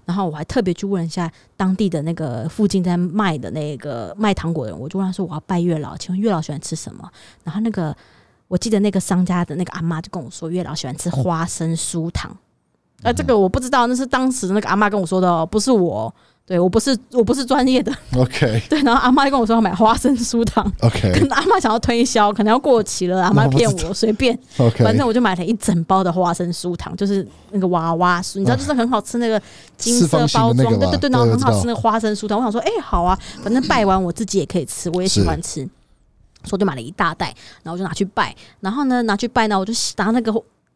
然后我还特别去问一下当地的那个附近在卖的那个卖糖果的人，我就问他说我要拜月老，请问月老喜欢吃什么？然后那个我记得那个商家的那个阿妈就跟我说，月老喜欢吃花生酥糖。啊，这个我不知道，那是当时那个阿妈跟我说的哦，不是我哦。对我不是我不是专业的， OK 对。然后阿妈就跟我说要买花生酥糖，可 OK 能阿妈想要推销，可能要过期了，阿妈哎我不骗知我，随便。 OK，反正我就买了一整包的花生酥糖，就是那个娃娃酥，你啊知道，就是很好吃那个金色包装，四方形的那个吧对对对，对然后很我知道好吃那个花生酥糖。我想说，哎、好啊，反 正拜完我自己也可以吃，我也喜欢吃，所以我就买了一大袋，然后我就拿去拜，然后呢拿去拜呢，我就拿那个。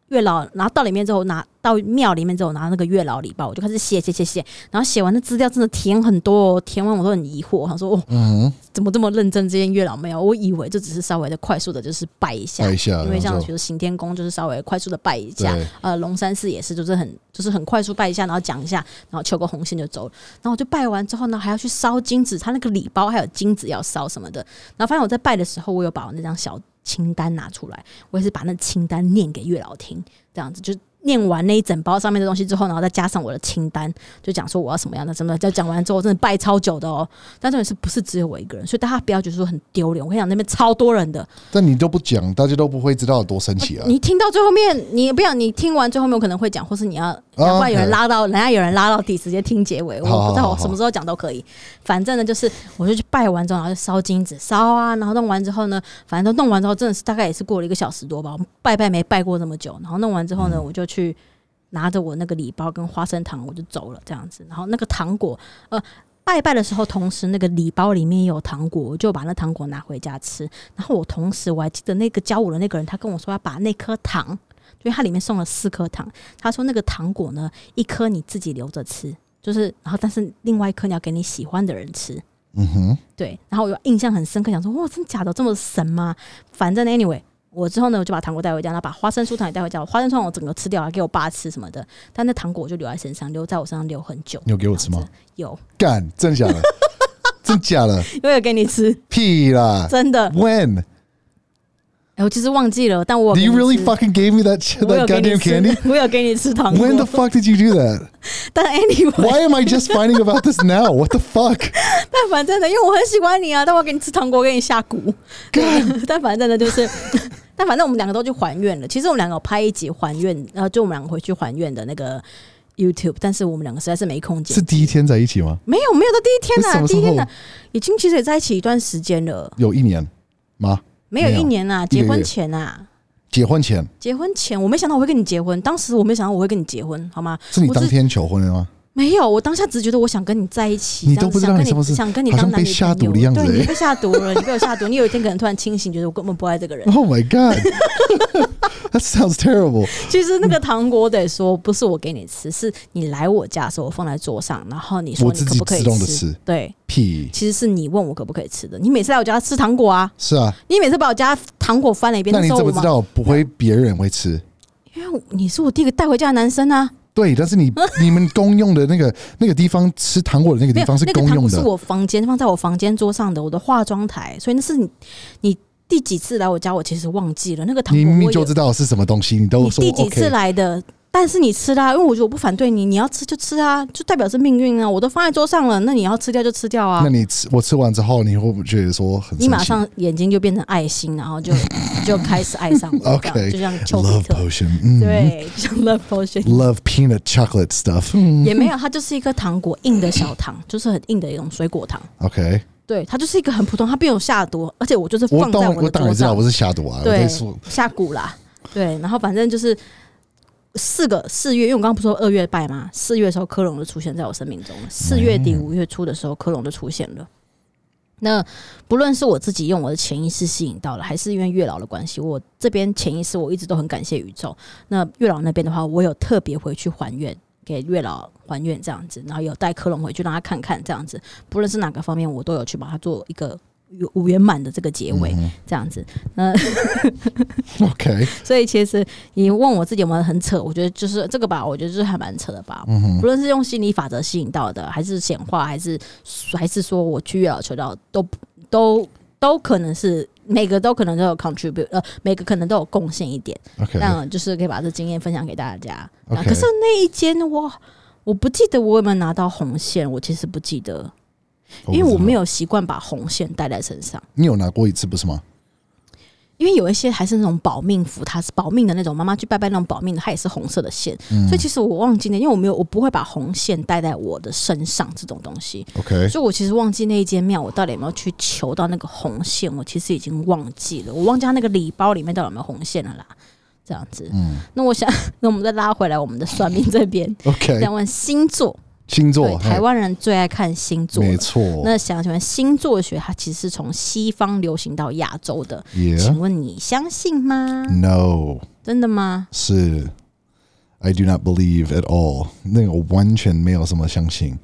月老，然后到里面之后，拿到庙里面之后，拿那个月老礼包，我就开始写写写写，然后写完的资料真的填很多、哦，填完我都很疑惑，我想说哦，嗯哼，怎么这么认真？这间月老没有，我以为就只是稍微的快速的，就是拜一下拜，一下，因为像然后比如行天宫就是稍微快速的拜一就下，对呃，龙山寺也是，就是很就是很快速拜一下，然后讲一下，然后求个红线就走了。然后我就拜完之后呢，还要去烧金纸，他那个礼包还有金纸要烧什么的。然后发现我在拜的时候，我有把我那张小清单拿出来，我也是把那清单念给月老听，这样子就。念完那一整包上面的东西之后，然后再加上我的清单，就讲说我要什么样的什么的。再讲完之后，真的拜超久的哦。但重点是不是只有我一个人？所以大家不要觉得说很丢脸。我跟你讲，那边超多人的，但你都不讲，大家都不会知道有多生气啊。你听到最后面，你不要你听完最后面，我可能会讲，或是你要难怪 OK 有人拉到，人家有人拉到底，直接听结尾。好我好不知道好我好什么时候讲都可以，反正呢，就是我就去拜完之后，然后就烧金纸烧啊，然后弄完之后呢，反正都弄完之后，真的是大概也是过了一个小时多吧，我们拜拜没拜过这么久。然后弄完之后嗯呢，我就去拿着我那个礼包跟花生糖，我就走了这样子。然后那个糖果，呃。拜拜的时候，同时那个礼包里面也有糖果，我就把那糖果拿回家吃。然后我同时我还记得那个教我的那个人，他跟我说要把那颗糖，因为它里面送了四颗糖，他说那个糖果呢，一颗你自己留着吃，就是然后但是另外一颗你要给你喜欢的人吃。嗯哼，对，然后我有印象很深刻，想说哇，真假的这么神吗？反正 anyway，我之后呢，我就把糖果带回家，然后把花生酥糖也带回家。我花生酥糖我整个吃掉，还给我爸吃什么的，但那糖果我就留在身上，留在我身上留很久。你有给我吃这吗样？子？有，干，真假的？ 真假的？我有给你吃，屁啦真的。 ！When 哎，我其实忘记了，但我 do 有 you 给 really 吃 fucking gave me that shit, 我有 that 给你 goddamn 吃 candy? 我有给你吃糖果。 When the fuck did you do that? 但 anyway， Why am I just finding about this now? What the fuck? 但反正呢，因为我很喜欢你啊，但我要给你吃糖果，给你下蛊。 但反正呢，就是，但反正我们两个都去还愿了。其实我们两个有拍一集还愿，然后就我们两个回去还愿的那个 YouTube，但是我们两个实在是没空间是。第一天在一起吗？没有没有，到第一天是什呐、么时第候一天呢、啊已经其实也在一起一段时间了，有一年吗？没有没有一年呐、啊一个结月婚前呐、结婚前结婚前我没想到我会跟你结婚，当时我没想到我会跟你结婚，好吗？是你我当天求婚的吗？没有，我当下只觉得我想跟你在一起，你这样都不知道想跟你是不是想跟你好当像男被女下朋友毒的样子对你欸被下毒了，你被我下毒，你有一天可能突然清醒，觉得我根本不爱这个 人。 Oh my god, that sounds terrible. 其实那个糖果得说不是我给你吃，是你来我家的时候我放在桌上，然后你说我你自可己不可以自动的吃，对，屁，其实是你问我可不可以吃的。你每次来我家吃糖果啊，是啊。你每次把我家糖果翻了一遍，那你时候怎我么嘛，知道不会别人会吃？因为你是我第一个带回家的男生啊，对，但是你你们公用的那个那个地方吃糖果的那没个地有方是那个公糖用果是的，我房间放在我房间桌上的我的化妆台，所以那是你你第几次来我家，我其实忘记了那个糖你果明我明有就知道是什么东西，你都你说第几次 OK。来的？但是你吃啦、因为我觉得我不反对你，你要吃就吃啊，就代表是命运啊，我都放在桌上了，那你要吃掉就吃掉啊那。你吃我吃完之后，你会不会觉得说很你生马气上眼睛就变成爱心，然后就就开始爱上我，这 OK，样就像丘比 love 特， potion？嗯，对，就像 love potion。 ，love peanut chocolate stuff。嗯也没有，它就是一颗糖果硬的小糖，就是很硬的一种水果糖。 ，OK，对，它就是一个很普通，它并没有下毒，而且我就是我放在当的我当桌然知道上我，是下毒啊，我对在说下蛊啦。对，然后反正就是四个四月，因为我刚刚不是说二月拜嘛，四月的时候科隆就出现在我生命中了。四月底五月初的时候，科隆就出现了。那不论是我自己用我的潜意识吸引到了，还是因为月老的关系，我这边潜意识我一直都很感谢宇宙。那月老那边的话，我有特别回去还愿，给月老还愿这样子，然后有带科隆回去让他看看这样子。不论是哪个方面，我都有去把它做一个圆圆满的这个结嗯尾这样子。那 OK， 所以其实你问我自己有没有很扯，我觉得就是这个吧，我觉得就是还蛮扯的吧。不论是用心理法则吸引到的，还是显化，还是还是说我去月老求到，都都都可能是每个都可能都有 contribute，呃，每个可能都有贡献一点。 OK，但就是可以把这经验分享给大家。那 OK 可是那一间我我不记得我有没有拿到红线，我其实不记得，因为我没有，有习惯把红线带在身上。你有拿过一次不是吗？ 因为有一些还是那种保命符，它是保命的那种，妈妈去拜拜那种保命的，它也是红色的线，嗯所以其实我忘记了，因为我没有，我不会把红线带在我的身上这种东西， OK，所以我其实忘记那一间庙我到底有没有去求到那个红线，我其实已经忘记了，我忘记它那个礼包里面到底有没有红线了啦，这样子，嗯那我想， 那我们再拉回来我们的算命这 边， OK，想问星座，星对，座，台湾人最爱看星座嘿没了。错，那想请问星座学，它其实是从西方流行到亚洲的，请 Yeah，No，问你相信吗？嗯真的吗？是 I do not believe at all，那个我完全没有什么相信。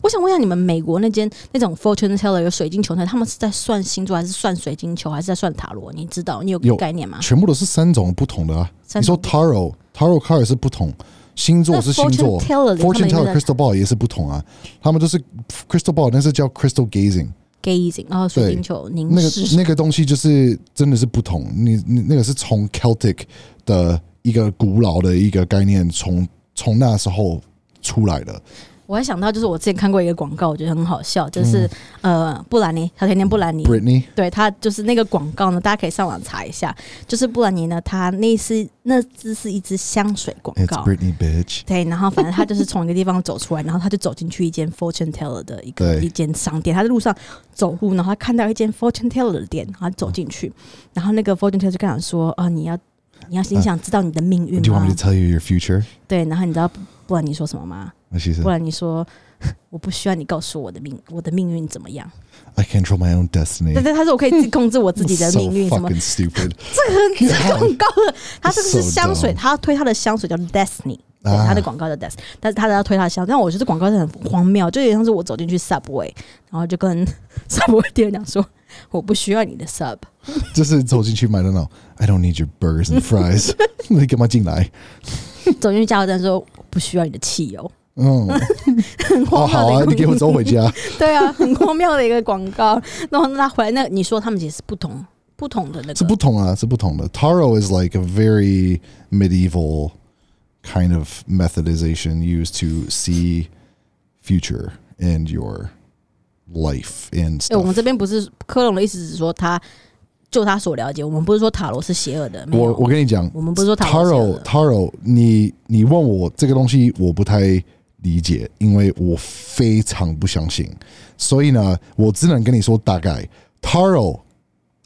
我想问一下，你们美国那间那种 fortune teller 有水晶球那，他们是在算星座，还是算水晶球，还是在算塔罗？你知道，你有有概念吗？全部都是三种不同的啊。三你种说 tarot tarot card 是不同，星座那是星座 fortune teller 里他 fortune 们有 teller 在 crystal ball 也是不同啊。他们都是 crystal ball，那是叫 crystal gazing， gazing，然后水晶球凝那个嗯视。那个东西就是真的是不同。你你那个是从 Celtic 的一个古老的一个概念，从从那时候出来的。我还想到就是我之前看过一个广告，我觉得很好笑，就是、嗯呃布兰妮小甜甜布兰妮， Britney 对她就是那个广告呢，大家可以上网查一下，就是布兰妮呢，她那是那只是一支香水广 it's 告。 Britney bitch，对，然后反正她就是从一个地方走出来，然后她就走进去一间 fortune teller 的一个对一间商店。她在路上走路，然后她看到一间 fortune teller 的店，然后她走进去，然后那个 fortune teller 就跟她说：“啊，你要你嗯要你想知道你的命 do 运 you want 吗 me to tell you your future？” 对，然后你知道布兰妮说什么吗？ And she 不 said, 然你说 我不需要你告诉我的命，我的命运怎么样？ I control my own destiny. 但是他说我可以自己控制我 自己的 So 命运，什么 fucking stupid 这个 God 广告的，他这个是 So 香水， dumb 他推他的香水叫 Destiny。对，啊他的广告叫 Des，但是他的要推他的香水，但我觉得这广告是很荒谬，就有点像是我走进去 Subway，然后就跟 Subway 店员讲说，我不需要你的 Sub， 就是走进去麦当劳 I don't need your burgers and fries 你干嘛进来走进去加油站说我不需要你的汽油，嗯很荒谬的一个广告 哦好啊你给我走回家对啊，很荒谬的一个广告。然后他回来，那你说他们其实是不同不同的那个， Taro is like a very medieval kind of methodization used to see future and your life and 哎、我们 stuff 这边不是科隆的意思，是说他就他所了解，我们不是说塔罗是邪恶的，没有我我跟你讲，我们不是说塔罗邪恶 Taro 的 Taro，你你问我这个东西，我不太理解，因为我非常不相信，所以呢，我只能跟你说大概 Taro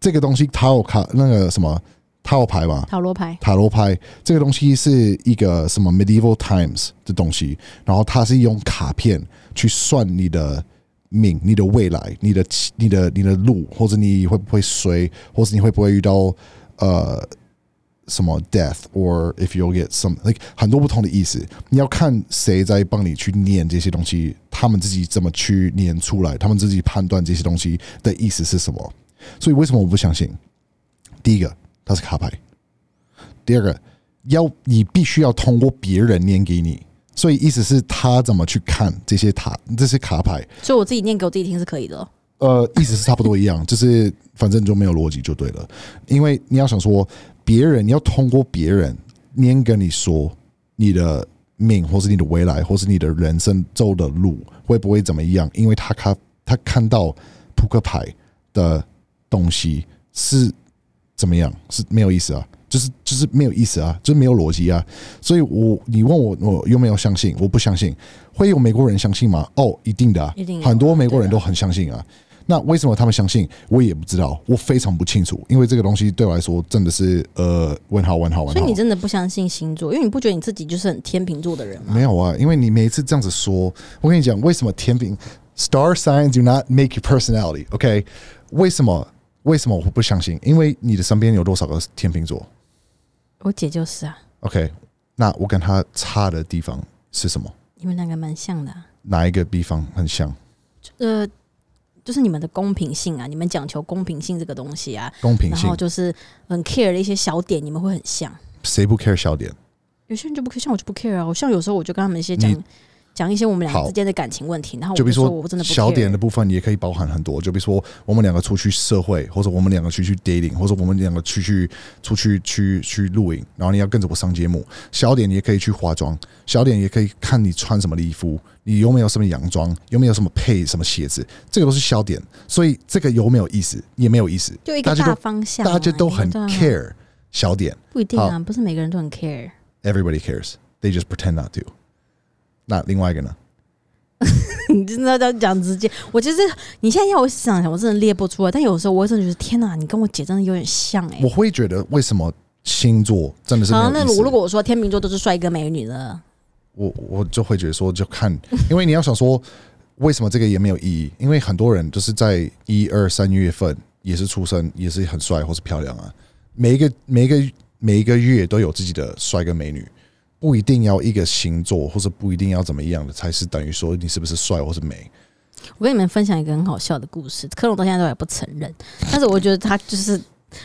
这个东西，Taro 卡那个什么 Taro 牌吧，塔罗牌，塔罗牌这个东西是一个什么 medieval times 的东西，然后它是用卡片去算你的命、你的未来、你的起、你的、你的路，或者你会不会衰，或者你会不会遇到呃什么 death or if you'll get some like 很多不同的意思。你要看谁在帮你去念这些东西，他们自己怎么去念出来，他们自己判断这些东西的意思是什么。所以为什么我不相信？第一个，它是卡牌。第二个，要你必须要通过别人念给你，所以意思是他怎么去看这些塔这些卡牌，所以我自己念给我自己听是可以的哦。呃，意思是差不多一样， 就是反正就没有逻辑就对了。因为你要想说，别人你要通过别人先跟你说你的命，或是你的未来，或是你的人生走的路会不会怎么样，因为他看他看到扑克牌的东西是怎么样，是没有意思啊。就是就是没有意思啊，就是没有逻辑啊，所以我你问我我有没有相信？我不相信，会有美国人相信吗？哦，一定的、啊，一定有啊很多美国对人啊都很相信啊。那为什么他们相信？我也不知道，我非常不清楚，因为这个东西对我来说真的是呃问号问号问所以号你。真的不相信星哦座，因为你不觉得你自己就是很天秤座的人吗没？有啊，因为你每一次这样子说，我跟你讲，为什么天平 star signs do not make your personality？OK？、为什么？为什么我不相信？因为你的身边有多少个天秤座我姐就是啊， ？OK？那我跟他差的地方是什么？你们两个蛮像的、啊，哪一个地方很像？就呃，就是你们的公平性啊，你们讲求公平性这个东西啊，公平然性后，就是很 care 的一些小点，你们会很像。谁不 care 笑点？有些人就不 care，像我就不 care 啊，我像有时候我就跟他们一些讲你讲一些我们俩好之间的感情问题，然后我就比如说说哦我真的不 care 小点的部分也可以包含很多，就比如说我们两个出去社会，或者我们两个去去 dating，或者我们两个去去出去去去露营，然后你要跟着我上节目。小点也可以去化妆，小点也可以看你穿什么衣服，你有没有什么洋装，有没有什么配什么鞋子，这个都是小点。所以这个有没有意思，也没有意思，就一大个家大都方向啊、大家都很你们对啊 care 小点不一定啊，不是每个人都很 care。 ，everybody cares，they just pretend not to。那另外一个呢？ 你真的要讲直接，我其实你现在要我想想，我真的列不出来。但有时候我会真的觉得，天哪，你跟我姐真的有点像哎、我会觉得为什么星座真的是没有好，意思？那我如果我说天秤座都是帅哥美女的，我我就会觉得说，就看， 因为你要想说，为什么这个也没有意义？因为很多人就是在一二三月份也是出生，也是很帅或是漂亮啊。每一个每一个每一个月都有自己的帅跟美女，不一定要一个星座，或者不一定要怎么样的才是等于说你是不是帅或是美。我跟你们分享一个很好笑的故事，科隆到现在都还不承认，但是我觉得他就是，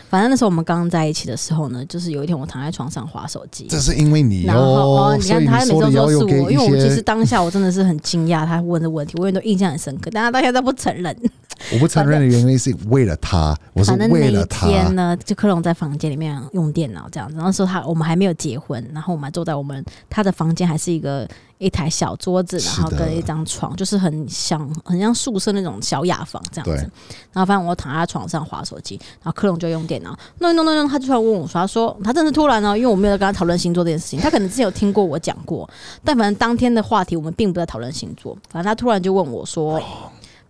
反正那时候我们刚刚在一起的时候呢，就是有一天我躺在床上划手机，这是因为你然后哦，你所看以他你每次说都你说要是有给我，一因为我其实些当下我真的是很惊讶他问的问题，我永远都印象很深刻，但他到现在都不承认。我不承认的原因是为了他，我是反正那为一了他。天呢，就克隆在房间里面用电脑这样子。那时候他我们还没有结婚，然后我们还坐在我们他的房间，还是一个一台小桌子，然是后的跟一张床，就是很像很像宿舍那种小雅房这样对子。然后反正我躺在他床上划手机，然后克隆就用电脑弄一弄弄一弄，他就突然问我说：“他说他真的是突然哦、因为我没有跟他讨论星座这件事情，他可能之前有听过我讲过，但反正当天的话题我们并不在讨论星座，反正他突然就问我哦说。”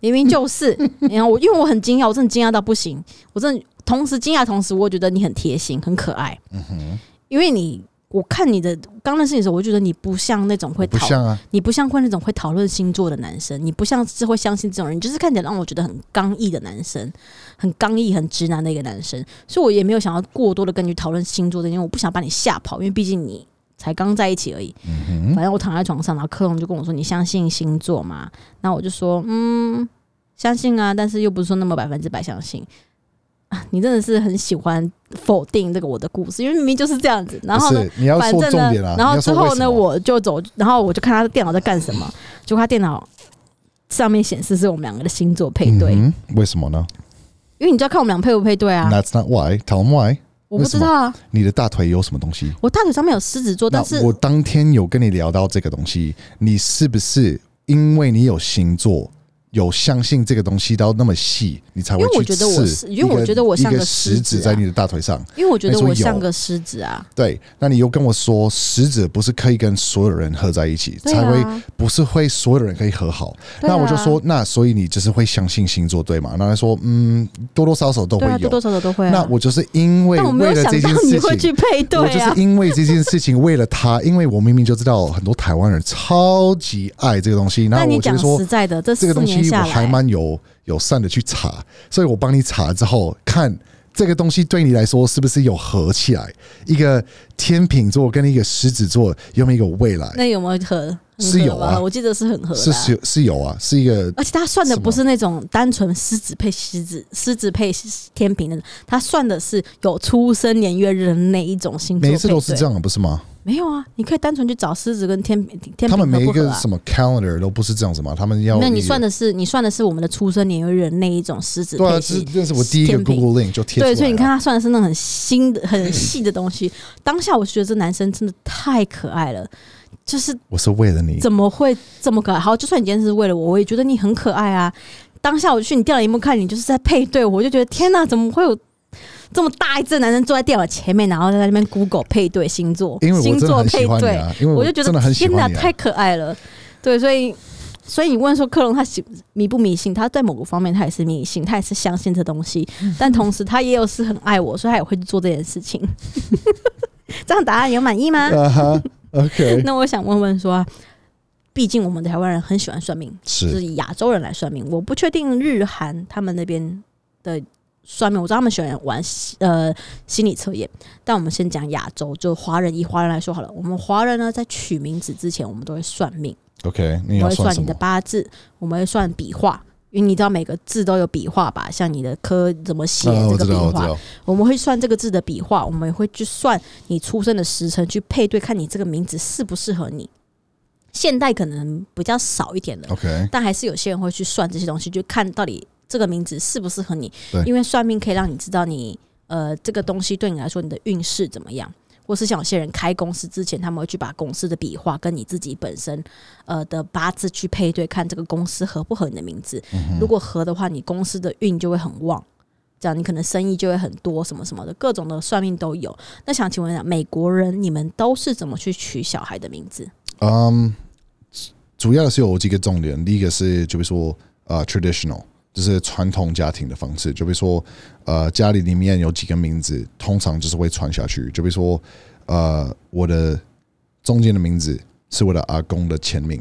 明明就是，然后我因为我很惊讶，我真的惊讶到不行，我真的同时惊讶，同时我觉得你很贴心，很可爱。嗯哼，因为你我看你的刚认识你的时候，我就觉得你不像那种会我不讨，像啊，你不像会那种会讨论星座的男生，你不像是会相信这种人，你就是看起来让我觉得很刚毅的男生，很刚毅、很直男的一个男生。所以我也没有想要过多的跟你讨论星座的，因为我不想把你吓跑，因为毕竟你。才刚在一起而已，反正我躺在床上，然后克隆就跟我说：“你相信星座吗？”那我就说：“嗯，相信啊，但是又不是说那么百分之百相信。”啊，你真的是很喜欢否定这个我的故事，因为明明就是这样子。然后不呢，是你要反说正重呢，点啊，然你后要之说为后什呢，么我就走，然后我就看他的电脑在干什么，结果他电脑上面显示是我们两个的星座配哎对，嗯哼为什么呢因为你知道看我们俩配不配对啊？ ？That's not why. Tell them why. 我不知道啊，你的大腿有什么东西？我大腿上面有狮子座，那但是我当天有跟你聊到这个东西，你是不是因为你有星座，有相信这个东西到那么细，你才会因为我去觉得我刺是因为我一个觉得我像一个个狮食指子啊在你的大腿上？因为我觉得那时候我有像个狮子啊，对，那你又跟我说，食指不是可以跟所有人合在一起，对才会啊，不是会所有人可以和好。对啊那我就说，那所以你就是会相信星座对吗？那他说，嗯，多多少少都会对啊，有多。多少少都会、啊。那我就是因为但我没为有了想这件到你事会情去，配我对就啊是，因为这件事情，为了他，因为我明明就知道很多台湾人超级爱这个东西，然但后你我觉讲得说实在的，这这四个东年西我下还来，蛮有友善的去查，所以我帮你查之后看。这个东西对你来说是不是有合起来？一个天秤座跟一个狮子座有没有一个未来？那有没有合？很是合有啊吧我记得是很合的、是啊。是是有啊，是一个而且他算的什么不是那种单纯狮子配狮子、狮子配天平那种，他算的是有出生年月日的那一种星座。每一次都是这，样，不是吗？没有啊？你可以单纯去找狮子跟天平天平他们合每一不合个啊什么 calendar 都不是这样子嘛？他们要没有，一你个算的是你算的是我们的出生年月日的那一种狮子对啊，配这狮。这是我第一个天平 Google link 就贴出来对，了。所以你看他算的是那种很新的、很细的东西。当下我就觉得这男生真的太可爱了，就是我是为了你，怎么会这么可爱？好，就算你今天是为了我，我也觉得你很可爱啊。当下我去你电脑荧幕看你，就是在配对，我就觉得天哪，怎么会有这么大一只的男生坐在电脑前面，然后在那边 Google 配对星座，因为我星真的座很喜配欢你对，啊，因为我就觉真的得很喜天欢你、太啊。可爱了。对，所以所以你问说克隆他喜迷不迷信？他在某个方面他也是迷信，他也是相信这东西，嗯但同时他也有是很爱我，所以他也会去做这件事情。 这样答案有满意吗？ 啊哈，OK， 那我想问问说啊，毕竟我们台湾人很喜欢算命，就是是以亚洲人来算命，我不确定日韩他们那边的算命，我知道他们喜欢玩呃心理测验，但我们先讲亚洲，就华人以华人来说好了，我们华人呢在取名字之前，我们都会算命， OK，我你们要会算什你的么？八字，我们会算笔画。因为你知道每个字都有笔画吧，像你的科怎么写啊，这我个笔知道，我知画，道，我们会算这个字的笔画，我们也会去算你出生的时辰，去配对看你这个名字适不适合你。现代可能比较少一点了， OK，但还是有些人会去算这些东西，就看到底这个名字适不适合你对。因为算命可以让你知道你呃这个东西对你来说你的运势怎么样，或是像有些人开公司之前，他们会去把公司的笔画跟你自己本身呃的八字去配对，看这个公司合不合你的名字。如果合的话，你公司的运就会很旺。这样你可能生意就会很多，什么什么的，各种的算命都有。那想请问一下，美国人你们都是怎么去取小孩的名字？嗯，主要是有几个重点，第一个是就比如说呃 traditional，就是传统家庭的方式，就比如说呃家里里面有几个名字，通常就是会传下去，就比如说呃我的中间的名字是我的阿公的前名，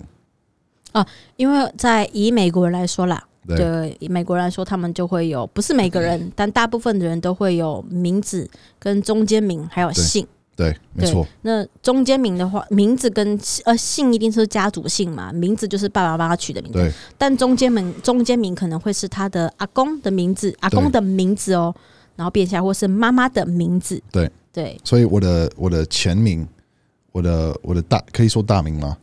因为在以美国人来说啦，对嗯对以美国人来说，他们就会有，不是每个人，但大部分的人都会有名字跟中间名，还有对姓。对，没错，那中间名的话，名字跟呃姓一定是家族姓嘛，名字就是爸爸妈妈取的名字。对，但中间名中间名可能会是他的阿公的名字，阿公的名字哦，然后变下来或是妈妈的名字。对对，所以我的我的前名，我的我的大可以说大名吗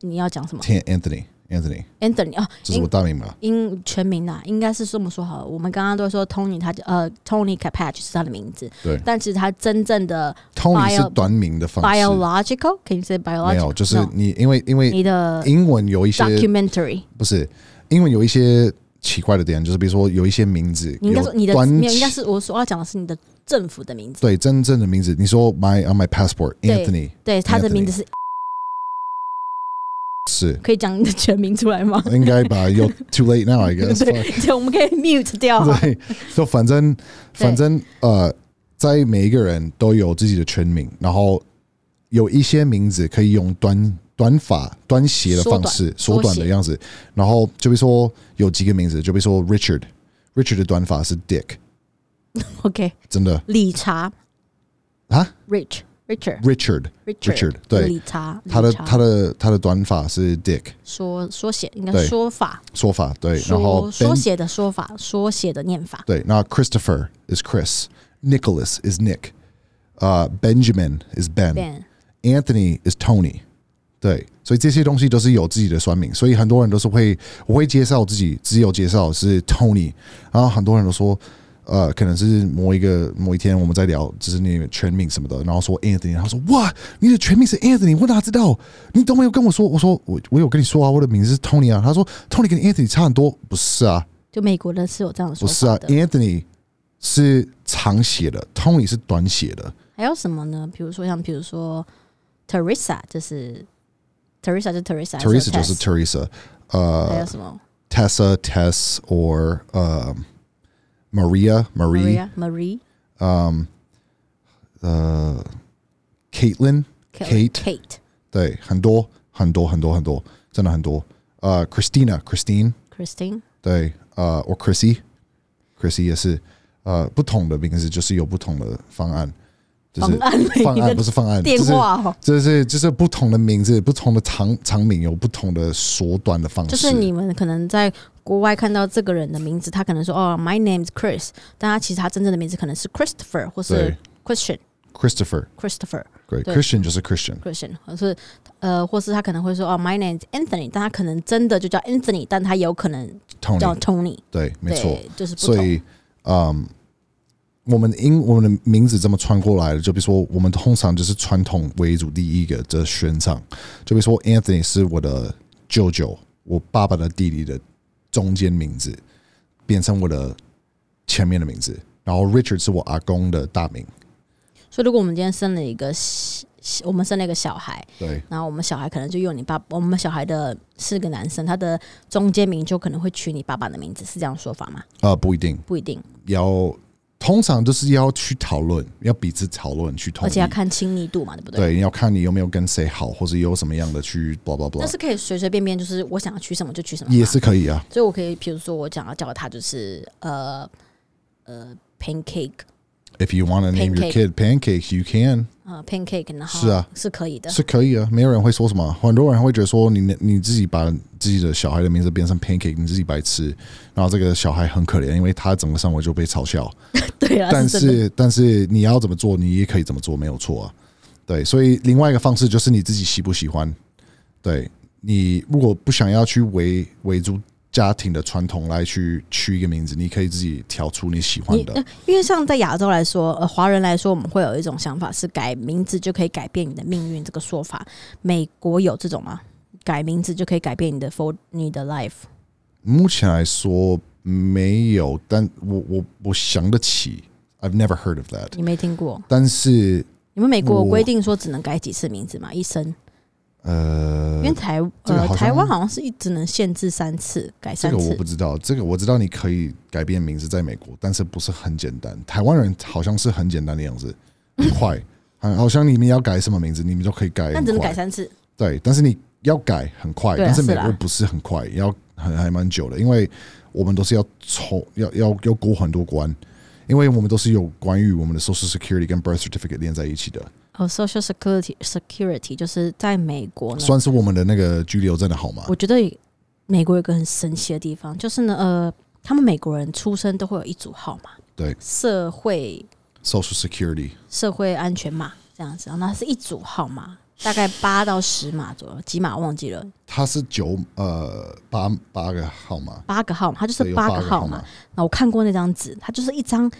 你要讲什么？哦？T Anthony Anthony， Anthony 啊，这是我大名嘛？英全名啦，应该是这么说好了。我们刚刚都说 Tony，他就呃 Tony Capatch 是他的名字，对但其实他真正的 Tony 嗯 Bio- 是短名的方式， biological，can you say 没有， biological？就是？No，你因为因为你的英文有一些 documentary，不是英文有一些奇怪的点，就是比如说有一些名字你应该说你的有端没有，应该是我所要讲的是你的政府的名字。对真正的名字。你说 my on my passport 对 Anthony 对，他的名字是是可以讲你的全名出来吗？应该吧？有 too late now I guess 对 fuck 对，我们可以 mute 掉啊。对，就 反正反正呃，在每一个人都有自己的全名，然后有一些名字可以用短短法短写的方式缩缩短短的样子，然后就比如说有几个名字，就比如说 Richard。Richard 的短法是 Dick， OK，真的理查啊 Rich Richard ，Richard，Richard，对理查，他的理查他的他的短法是 Dick 缩缩写应该对说法，说法对，然后缩 Ben 缩写的说法，缩写的念法。对，那 Christopher is Chris，Nicholas is Nick，呃、b e n j a m i n is Ben Anthony is Tony，对，所以这些东西都是有自己的酸名，所以很多人都是会我会介绍自己，只有介绍是 Tony，然后很多人都说，呃，可能是某一个某一天我们在聊，就是你的全名什么的，然后说 Anthony，他说哇，你的全名是 Anthony，我哪知道？你都没有跟我说，我说我我有跟你说啊，我的名字是 Tony 啊，他说 Tony 跟 Anthony 差很多，不是啊，就美国的是有这样的说不是啊法的。 ，Anthony 是长写的，Tony 是短写的，还有什么呢？比如说像比如说 Teresa，就是 Teresa 就 Teresa，还 Teresa 就是 Tess？ Teresa，呃。还有什么 Tessa, Tess, or um, Maria, Marie, Maria Marie uh, Caitlin, Kate Kate Kate 对，很多很多很多很多，真的很多。呃、c h r i s t i n a Uh, Christine， Christine 对，呃、我 Chrissy。Chrissy uh, 也是，呃，不同的名字就是有不同的方案，就是方案 类方案的不是方案，电就是话哦，就是就是不同的名字，不同的长长名有不同的缩短的方式，就是你们可能在国外看到这个人的名字，他可能说哦，My name's Chris，但他其实他真正的名字可能是 Christopher 或是对 Christian Christopher， Christopher 对对，Christian 就是 Christian， Christian，或是呃，或是他可能会说哦，My name's Anthony，但他可能真的就叫 Anthony，但他有可能叫 Tony， Tony，对，没错。对，就是不所同。以，嗯，我们英我们的名字这么穿过来的，就比如说我们通常就是传统为主第一个的选场，就比如说 Anthony 是我的舅舅，我爸爸的弟弟的中间名字，变成我的前面的名字，然后 Richard 是我阿公的大名，所以如果我们今天生了一个小，小我们生了一个小孩，对然后我们小孩可能就用你爸，我们小孩的是个男生，他的中间名就可能会取你爸爸的名字，是这样说法吗？呃，不一定不一定，要，通常都是要去讨论，要彼此讨论去同而意且要，看亲密度嘛，对不对？对，要看你有没有跟谁好，或者有什么样的去 blah blah 但 blah，是可以随随便便，就是我想要取什么就取什么，也。是可以啊，所以我可以，比如说我想要叫他就是呃呃 pancake If you want to name your Pancake. kid pancakes, you can 呃 pancake，然后是啊是可以的，是可以啊，没有人会说什么。很多人会觉得说你你自己把自己的小孩的名字变成 pancake，你自己白痴。然后这个小孩很可怜，因为他整个生活就被嘲笑。 对啊，但是真的是但是你要怎么做，你也可以怎么做，没有错啊。对，所以另外一个方式就是你自己喜不喜欢。对你如果不想要去围围住家庭的传统来去取一个名字，你可以自己挑出你喜欢你的。呃因为像在亚洲来说，呃，华人来说，我们会有一种想法是改名字就可以改变你的命运这个说法。美国有这种吗？改名字就可以改变你的 for 你的 life？目前来说没有，但我我我想得起，I've never heard of that。你没听过？但是你们美国有我规定说只能改几次名字嘛？一生？因呃为，台这个呃好像台湾好像是一只能限制三次，改这三个我次不。知道，这个我知道你可以改变名字在美国，但是不是很简单。台湾人好像是很简单的样子，很 快，好好像你们要改什么名字，你们就可以改很那快，只能改三次，对，但是你要改很快，对啊但是是美啦国不是很快，要很还蛮久的，因为我们都是要从要要要过很多关，因为我们都是有关于我们的 Social Security 跟 Birth Certificate 连在一起的，哦，Social Security Security 就是在美国呢，算是我们的那个居留证的号码我。觉得美国有一个很神奇的地方，就是呢，呃，他们美国人出生都会有一组号码，对社会 Social Security 社会安全码这样子，然后它是一组号码，大概八到十码左右，几码忘记了，他是九呃八八个号码，八个号码，它就对是有八八个号码码。，那我看过那张纸，它就是一张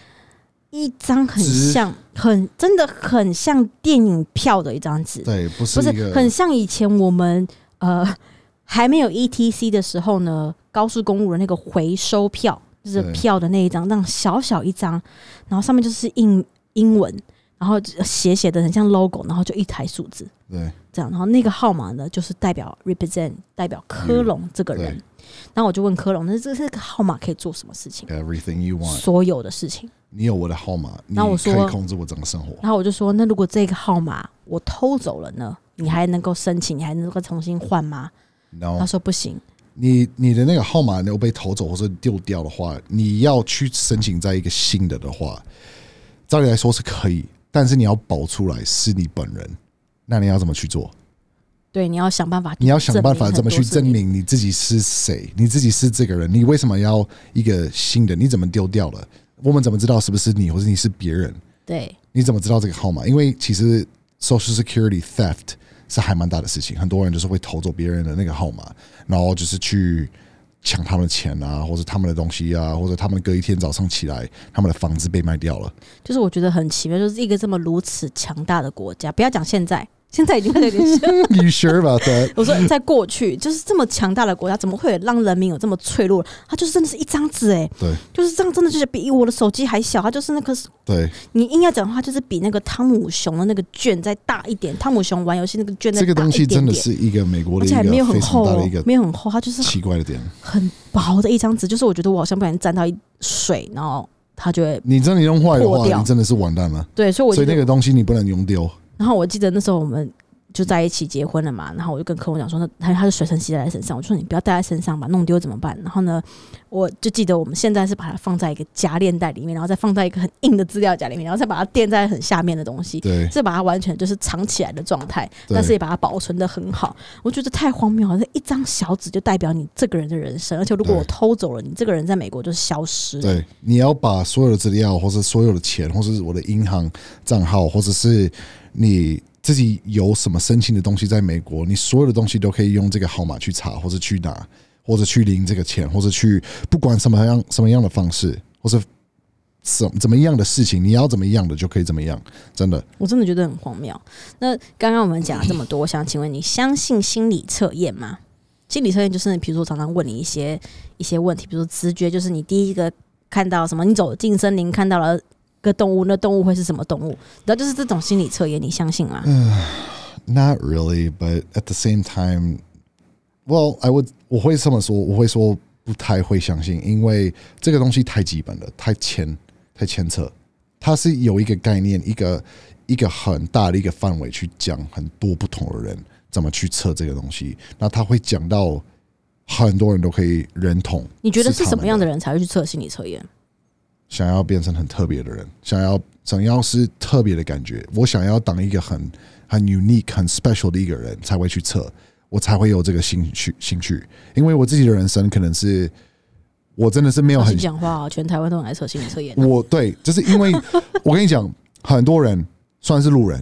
一张很纸像，很真的很像电影票的一张纸，对，不是不是一个很像以前我们呃 还没有 ETC 的时候呢，高速公路的那个回收票，就是对票的那一张，那样小小一张，然后上面就是印英文，然后写写的很像 logo，然后就一台数字对这样，然后那个号码呢就是代表 represent 代表科隆这个人，嗯对然后我就问科隆，那这这个号码可以做什么事情？ everything you want。所有的事情。你有我的号码，你然后我可说以控制我整个生活。然后我就说，那如果这个号码我偷走了呢？你还能够申请，你还能够重新换吗？然他后说不行，你你的那个号码如果被偷走或者丢掉的话，你要去申请在一个新的的话，照理来说是可以，但是你要保出来是你本人，那你要怎么去做？对，你要想办法，你要想办法证明怎么去很多证事情？明你自己是谁，你自己是这个人，你为什么要一个新的？你怎么丢掉了？我们怎么知道是不是你，或者你是别人？对，你怎么知道这个号码？因为其实 Social Security theft 是还蛮大的事情，很多人就是会偷走别人的那个号码，然后就是去抢他们的钱啊，或者他们的东西啊，或者他们隔一天早上起来，他们的房子被卖掉 了。就是我觉得很奇妙，就是一个这么如此强大的国家，不要讲现在，现在已经会有 点像。 You sure about that？我说在过去，就是这么强大的国家，怎么会有让人民有这么脆弱？它就是真的是一张纸，哎，对就是这样，真的就是比我的手机还小，它就是那个对，你硬要讲的话，就是比那个汤姆熊的那个卷再大一点。汤姆熊玩游戏那个卷再大这一个点点，东西真的是一个美国的而一且个还没有很非厚、常大的哦一个，没有很厚，它就是奇怪的点。很薄的一张纸，就是我觉得我好像不小心沾到一水，然后它就会你真的用坏的破话，掉你真的是完蛋了。对，所以我所觉以那得，个东西你不能用丢。然后我记得那时候我们就在一起结婚了嘛，然后我就跟客户讲说，那他他是随身携带在身上，我就说你不要带在身上吧，弄丢怎么办？然后呢，我就记得我们现在是把它放在一个夹链袋里面，然后再放在一个很硬的资料夹里面，然后再把它垫在很下面的东西。对，是把它完全就是藏起来的状态，对但是也把它保存的很好。我觉得太荒谬了，这一张小纸就代表你这个人的人生，而且如果对我偷走了，你这个人在美国就消失了。对，你要把所有的资料，或是所有的钱，或是我的银行账号，或者是你自己有什么申请的东西，在美国，你所有的东西都可以用这个号码去查，或者去拿，或者去领这个钱，或者去不管什么样什么样的方式，或是怎怎么样的事情，你要怎么样的就可以怎么样，真的。我真的觉得很荒谬。那刚刚我们讲了这么多，我想请问你相信心理测验吗？心理测验就是，比如说常常问你一些一些问题，比如说直觉，就是你第一个看到什么，你走进森林看到了呃个动物，那动物会是什么动物？然后就是这种心理测验，你相信吗？嗯 Not really, but at the same time, well, I would 我会这么说，我会说不太会相信，因为这个东西太基本了，太牵太牵扯，它是有一个概念，一个一个很大的一个范围去讲很多不同的人怎么去测这个东西，那他会讲到很多人都可以认同。你觉得是他什么们样的人才会去测心理测验？想要变成很特别的人，想要想要是特别的感觉，我想要当一个很很 unique、很 special 的一个人，才会去测，我才会有这个兴趣兴趣。因为我自己的人生可能是，我真的是没有老实嗯很，欸嗯讲话哦，全台湾都很爱测心理测验啊。我对，就是因为我跟你讲，很多人算是路人，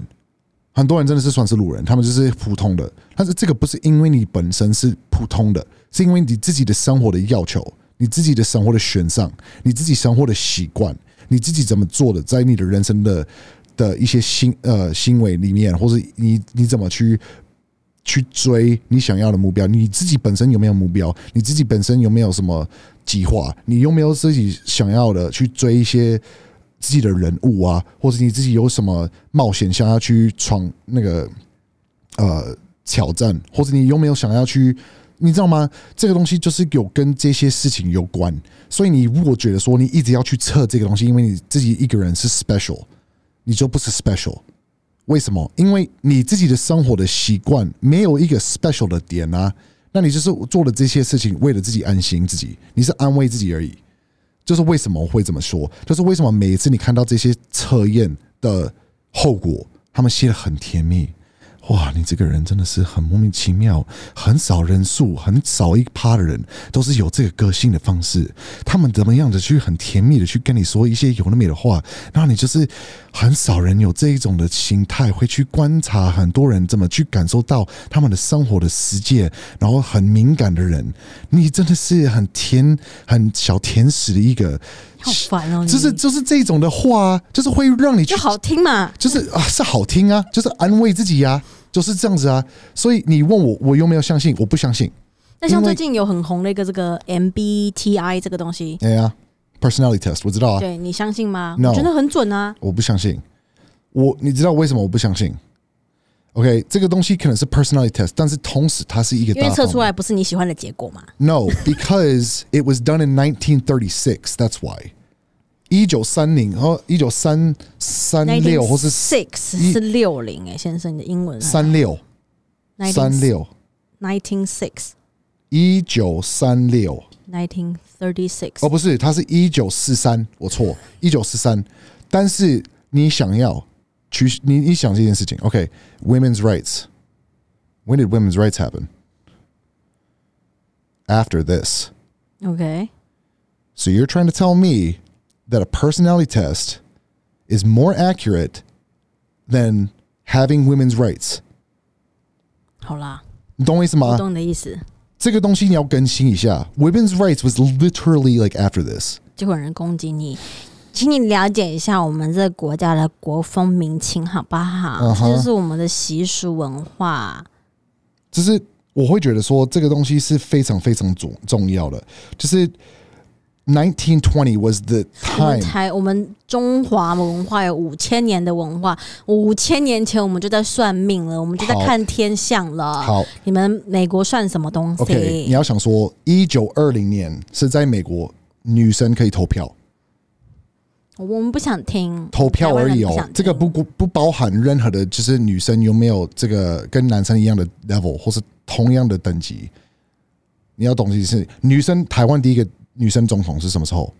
很多人真的是算是路人，他们就是普通的。但是这个不是因为你本身是普通的，是因为你自己的生活的要求、你自己的生活的选项、你自己生活的习惯、你自己怎么做的，在你的人生的的一些行呃行为里面，或者你你怎么去。去追你想要的目标，你自己本身有没有目标？你自己本身有没有什么计划？你有没有自己想要的去追一些自己的人物啊，或者你自己有什么冒险想要去闯那个呃挑战，或者你有没有想要去，你知道吗？这个东西就是有跟这些事情有关，所以你如果觉得说你一直要去测这个东西，因为你自己一个人是 special，你就不是 special。为什么？因为你自己的生活的习惯没有一个 special 的点啊，那你就是做了这些事情，为了自己安心自己，你是安慰自己而已。就是为什么会这么说，就是为什么每一次你看到这些测验的后果，他们写的很甜蜜，哇，你这个人真的是很莫名其妙，很少人数，很少一趴的人都是有这个个性的方式，他们怎么样的去很甜蜜的去跟你说一些有那么的话，然后你就是很少人有这一种的心态，会去观察很多人怎么去感受到他们的生活的世界，然后很敏感的人，你真的是很甜、很小甜食的一个，好烦哦、你就是就是这种的话啊，就是会让你去就好听嘛，就是啊，是好听啊，就是安慰自己呀、就是这样子啊。所以你问我，我有没有相信？我不相信。那像最近有很红的一个这个 MBTI 这个东西，哎呀，personality test，我知道啊，对你相信吗？ No 我觉得很准啊。我不相信。我你知道为什么我不相信？OK，这个东西可能是 personality test，但是同时它是一个因为大测出方来不是你喜欢的结果嘛， No，because it was done in 1936. That's why. 一九三零 和一九三三六或是 six 一是六零哎，先生，你的英文三六三六 nineteen six 一九三六。 nineteen thirty six 哦，不是，它是一九四三，我错，一九四三。但是你想要去，你你想这件事情，OK，women's、rights，when did women's rights happen? After this, OK so you're trying to tell me that a personality test is more accurate than having women's rights？好啦，你懂我意思吗我？懂你的意思，这个东西你要更新一下。Women's rights was literally like after this。就会有人攻击你。请你了解一下我们这个国家的国风民情，好不好嗯哼这就是我们的习俗文化。就是我会觉得说这个东西是非常非常重重要的。就是 nineteen twenty was the 我们 time，台我们中华文化有五千年的文化，五千年前我们就在算命了，我们就在好看天象了。好，你们美国算什么东西 OK，你要想说一九二零年是在美国女生可以投票，我们不想听投票而已台湾人哦想，听这个不不不包含任何的，就是女生有没有这个跟男生一样的 level 或是同样的等级。你要懂的是，女生台湾第一个女生总统是什么时候？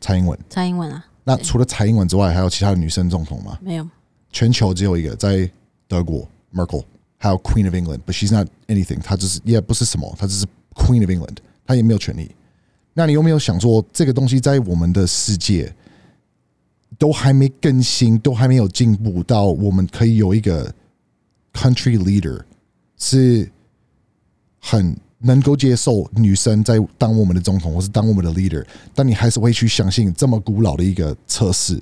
蔡英文。蔡英文啊，那除了蔡英文之外，还有其他的女生总统吗？没有全球只有一个在德国 Merkel，还有 Queen of England，but she's not anything，她就是也不是什么，她只是 Queen of England，她也没有权利。那你有没有想说，这个东西在我们的世界都还没更新，都还没有进步到我们可以有一个 country leader 是很能够接受女生在当我们的总统或是当我们的 leader，但你还是会去相信这么古老的一个测试，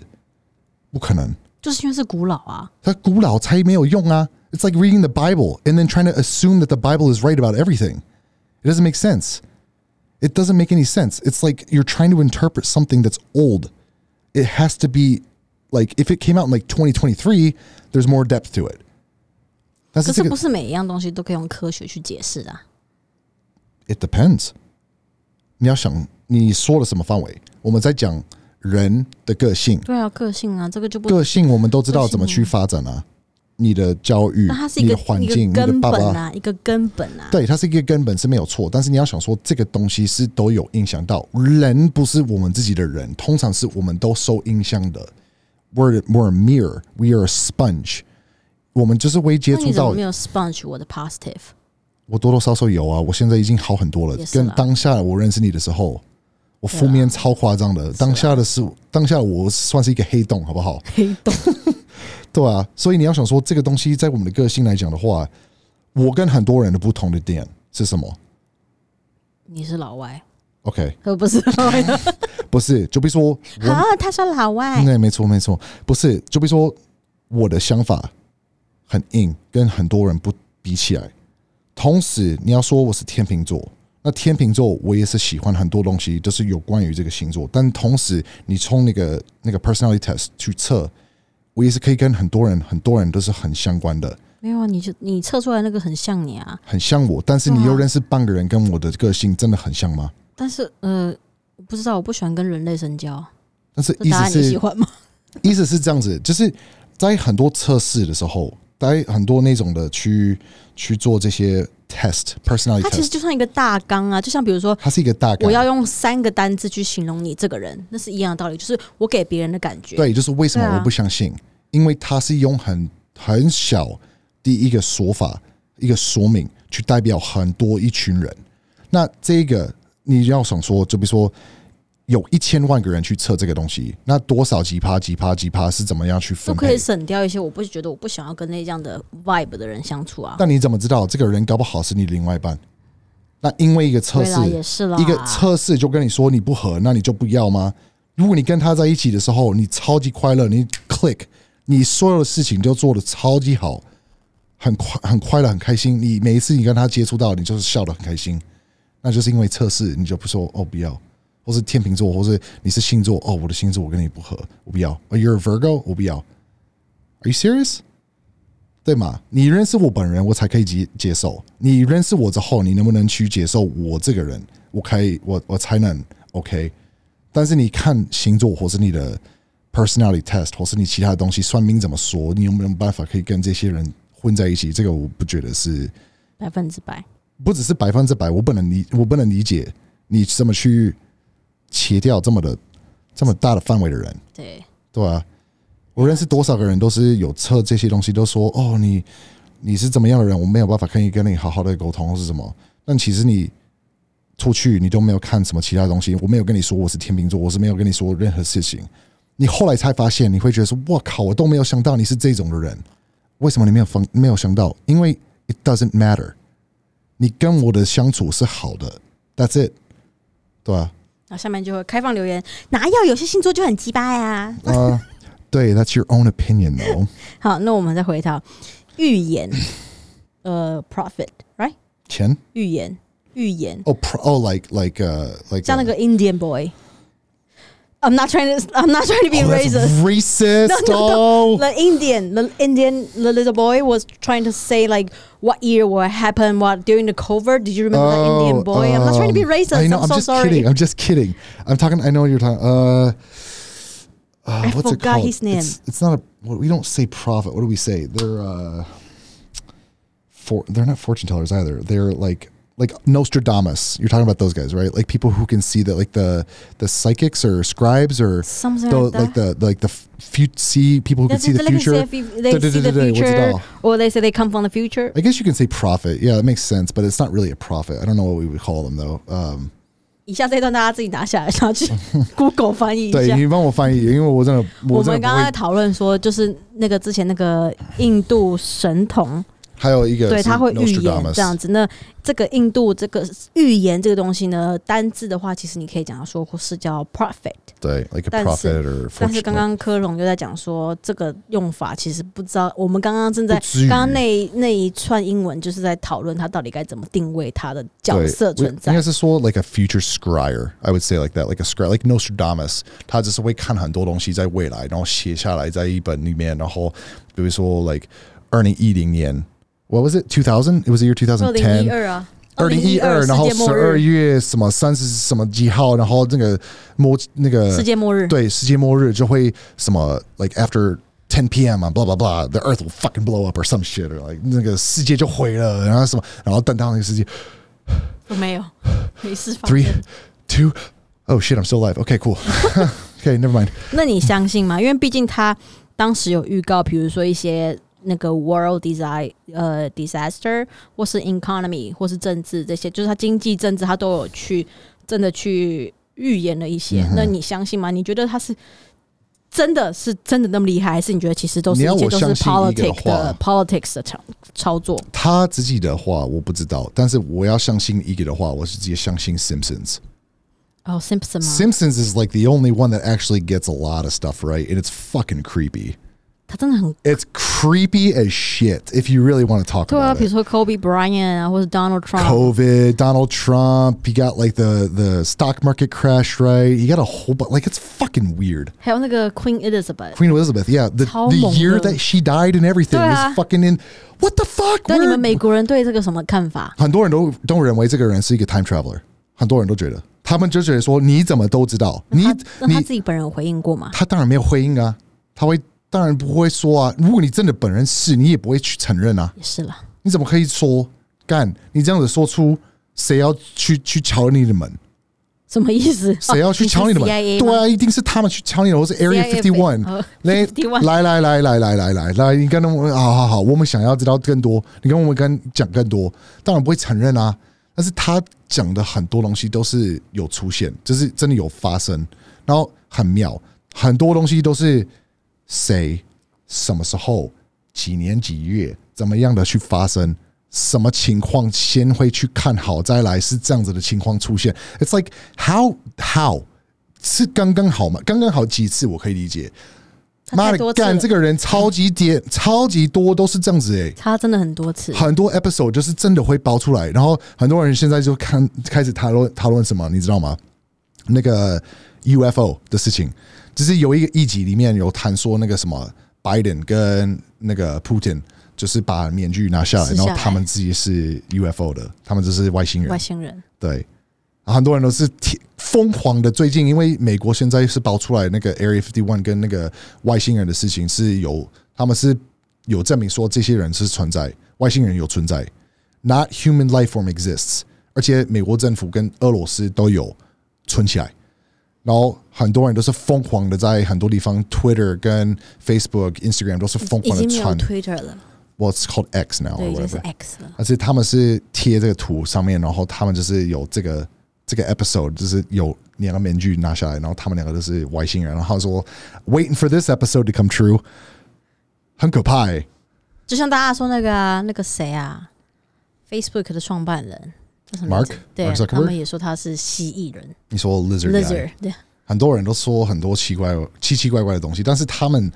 不可能。就是因为是古老啊，它古老才没有用啊。It's like reading the Bible and then trying to assume that the Bible is right about everything. It doesn't make sense. It doesn't make any sense. It's like you're trying to interpret something that's old. It has to be like if it came out in like 2023, there's more depth to it. 但可是是这不个是每一样东西都可以用科学去解释的啊。 it depends. 你要想你说了什么范围，我们在讲人的个性，对啊，个性啊，这个就不。个性我们都知道个性怎么去发展啊。你的教育那它，是一你个的环一个境，你的根爸本爸，啊，一个根本啊。对，它是一个根本是没有错，但是你要想说这个东西是都有影响到人，不是我们自己的人，通常是我们都受影响的。We're we're a mirror, we are a sponge，我们就是会接那触你怎到么没有 sponge 我的 positive？我多多少少有啊，我现在已经好很多了也。是啦啊跟当下我认识你的时候，我负面超夸张的。当下的是当下我算是一个黑洞，好不好？黑洞 对啊，所以你要想说这个东西在我们的个性来讲的话，我跟很多人的不同的点是什么你是老外， ？OK，呃，不是老外的不是，就比如说 我嗯啊，他说老外，对，没错没错，不是，就比如说我的想法很硬，跟很多人不比起来。同时，你要说我是天秤座，那天秤座我也是喜欢很多东西，就是有关于这个星座。但同时，你从那个那个 personality test 去测，我也是可以跟很多人，很多人都是很相关的，没有啊，你就你测出来那个很像你啊，很像我。但是你对又啊认识半个人，跟我的个性真的很像吗？但是呃，我不知道，我不喜欢跟人类深交。但是这意答思案你是喜欢吗？意思是这样子，就是在很多测试的时候，在很多那种的去去做这些 test personality 它其实 test，就像一个大纲啊，就像比如说，它是一个大概我。要用三个单字去形容你这个人，那是一样的道理，就是我给别人的感觉。对，就是为什对么啊我不相信，因为它是用很很小第一个说法、一个说明，去代表很多一群人。那这个你要想说，就比如说有一千万个人去测这个东西，那多少几趴、几趴、几趴是怎么样去就分可以配？省掉一些我不觉得我不想要跟那样的 vibe 的人相处啊。但你怎么知道这个人搞不好是你另外一半？那因为一个测对啦，试，也是啦，一个测试就跟你说你不合，那你就不要吗？如果你跟他在一起的时候，你超级快乐，你 click，你所有的事情都做的超级好，很快很快乐，很开心。你每一次你跟他接触到，你就是笑得很开心，那就是因为测试，你就不说哦不要，或是天秤座，或是你是星座哦，我的星座我跟你不合，我不要。Are you a Virgo？我不要。Are you serious？对吗？你认识我本人，我才可以接接受。你认识我之后，你能不能去接受我这个人？我可以，我我才能 OK。但是你看星座，或是你的 personality test，或是你其他的东西，算命怎么说？你有没有办法可以跟这些人混在一起？这个我不觉得是，百分之百。不只是百分之百，我不能理，我不能理解你怎么去切掉这么的这么大的范围的人。对，对啊，我认识多少个人都是有测这些东西，都说哦，你你是怎么样的人，我没有办法可以跟你好好的沟通或是什么。但其实你出去，你都没有看什么其他东西，我没有跟你说我是天秤座，我是没有跟你说任何事情。你后来才发现，你会觉得说，我靠，我都没有想到你是这种的人，为什么你没有方没有想到？因为 it doesn't matter，你跟我的相处是好的，that's it，对啊。然后下面就会开放留言，哪有有些星座就很鸡巴呀？ 呃，对，That's your own opinion though。 好，那我们再回到预言，呃，profit right 钱预言预言， Oh, pro, oh, like like uh like 像那个 Indian boy。I'm not trying to. I'm not trying to be uh, oh, that's racist. racist. No, no, no. oh. The Indian, the Indian, the little boy was trying to say like what year, what happened, what during the COVID. Did you remember that Indian boy? I'm not trying to be Oh, um, I racist. know. I'm so just sorry. kidding. I'm just kidding. I'm talking. I know what you're talking. Uh, uh, I what's it forgot called? his name. It's, it's not a. What, we don't say prophet. What do we say? They're uh, for they're not fortune tellers either. They're like like Nostradamus. You're talking about those guys, right? Like people who can see that, like the the psychics or scribes or Something the, like that. like the like the f- fu- see people who Yeah, can see the like I future. say, if you- they see the Da-da-da-da-da, what's it future, all? or they say they come from the future. I guess you can say profit. Yeah, that makes sense, but it's not really a profit. I don't know what we would call them though. Um, 以下这段大家自己拿下来，然后 去 Google 翻译一下。我们刚刚在讨论说，就是那个之前那个印度神童，对他会预言这样子。那这个印度这个预言这个东西呢，单字的话，其实你可以讲它说或是叫 prophet， like a 但是- prophet or 但是 fortune. 刚刚科隆就在讲说，这个用法其实不知道，我们刚刚正在不至于刚刚那一那一串英文就是在讨论它到底该怎么定位它的角色存在。对，我应该是说 like a future scryer. I would say like that, like a scryer, like Nostradamus. 他只是会看很多东西在未来，然后写下来在一本里面，然后比如说 like 2010年 What was it? 2000? It was the year 二零 2010. 一二啊，二零一二， 2012然后世界十末日二月什么三十什么几号，然后那个末那个世界末日，对世界末日就会什么 like after ten p.m. 啊，blah blah blah，the earth will fucking blow up or some shit or like 那个世界就毁了，然后什么，然后等到那个世界我没有，没事发 three 生。 two oh shit I'm still alive okay cool okay never mind 那你相信吗？因为毕竟他当时有预告，比如说一些那个 world design 呃 disaster，或是 economy，或是政治这些，就是他经济、政治他都有去真的去预言了一些。嗯那你相信吗？你觉得他是？真的是真的那么厉害，还是你觉得其实都是你一要切我都是相信一个的 politics 的 politics 的操操作？他自己的话我不知道，但是我要相信一个的话，我是直接相信 Simpsons。哦、s i m p s o n 吗？ Simpsons is like the only one that actually gets a lot of stuff right, and it's fucking creepy. 他真的很 It's creepy as shit. If you really want to talk 对啊， about 比如 it, 说 Kobe Bryant 啊，或者 Donald Trump， COVID, Donald Trump, you got like the the stock market crash, right? You got a whole but like it's fucking weird. 还有那个 Queen Elizabeth， Queen Elizabeth, yeah, the How the long year ago? that she died and everything Yeah. is fucking in. What the fuck? 那你们 We're- 美国人对这个什么看法？很多人都都认为这个人是一个 time traveler，很多人都觉得，他们就觉得说你怎么都知道，你他哦那他你自己本人有回应过吗？他当然没有回应啊，他会当然不会说啊。如果你真的本人是，你也不会去承认啊。也是啦，你怎么可以说干？你这样子说出，谁要去去敲你的门？什么意思？谁要去敲你的门？对对啊，一定是他们去敲你的，我是 Area Fifty One。来51来来来来来来来来，你跟他们好好好，我们想要知道更多，你跟我们跟讲更多，当然不会承认啊。但是他讲的很多东西都是有出现，就是真的有发生，然后很妙，很多东西都是谁、什么时候、几年几月、怎么样的去发生，什么情况先会去看好，再来是这样子的情况出现。It's like how how 是刚刚好嘛？刚刚好几次我可以理解，妈的，干这个个人超级点，超级多都是这样子哎、他真的很多次，很多 episode 就是真的会爆出来，然后很多人现在就看开始谈论讨论什么，你知道吗？那个 UFO 的事情，就是有一个一集里面有谈说那个什么 Biden 跟那个 Putin，就是把面具拿下来，撕然下来后他们自己是 UFO 的，他们就是外星人外，星人对。然后很多人都是挺疯狂的。最近因为美国现在是爆出来那个 Area Fifty One 跟那个外星人的事情是有，他们是有证明说这些人是存在，外星人有存在，Not human life form exists。而且美国政府跟俄罗斯都有存起来，然后很多人都是疯狂的在很多地方，Twitter 跟 Facebook、Instagram 都是疯已狂的经没有传。 Twitter 了， What's called X now 对， or 已经是 whatever。 X 了。而且他们是贴这个图上面，然后他们就是有这个这个 episode，就是有两个面具拿下来，然后他们两个都是外星人，然后他说 waiting for this episode to come true，很可怕、欸。就像大家说那个啊，那个谁啊，Facebook 的创办人叫什么名字 Mark？对啊 Mark Zuckerberg？他们也说他是蜥蜴人你说 lizard guy lizard，对，很多人都说很多奇怪奇奇怪怪的东西，但是他们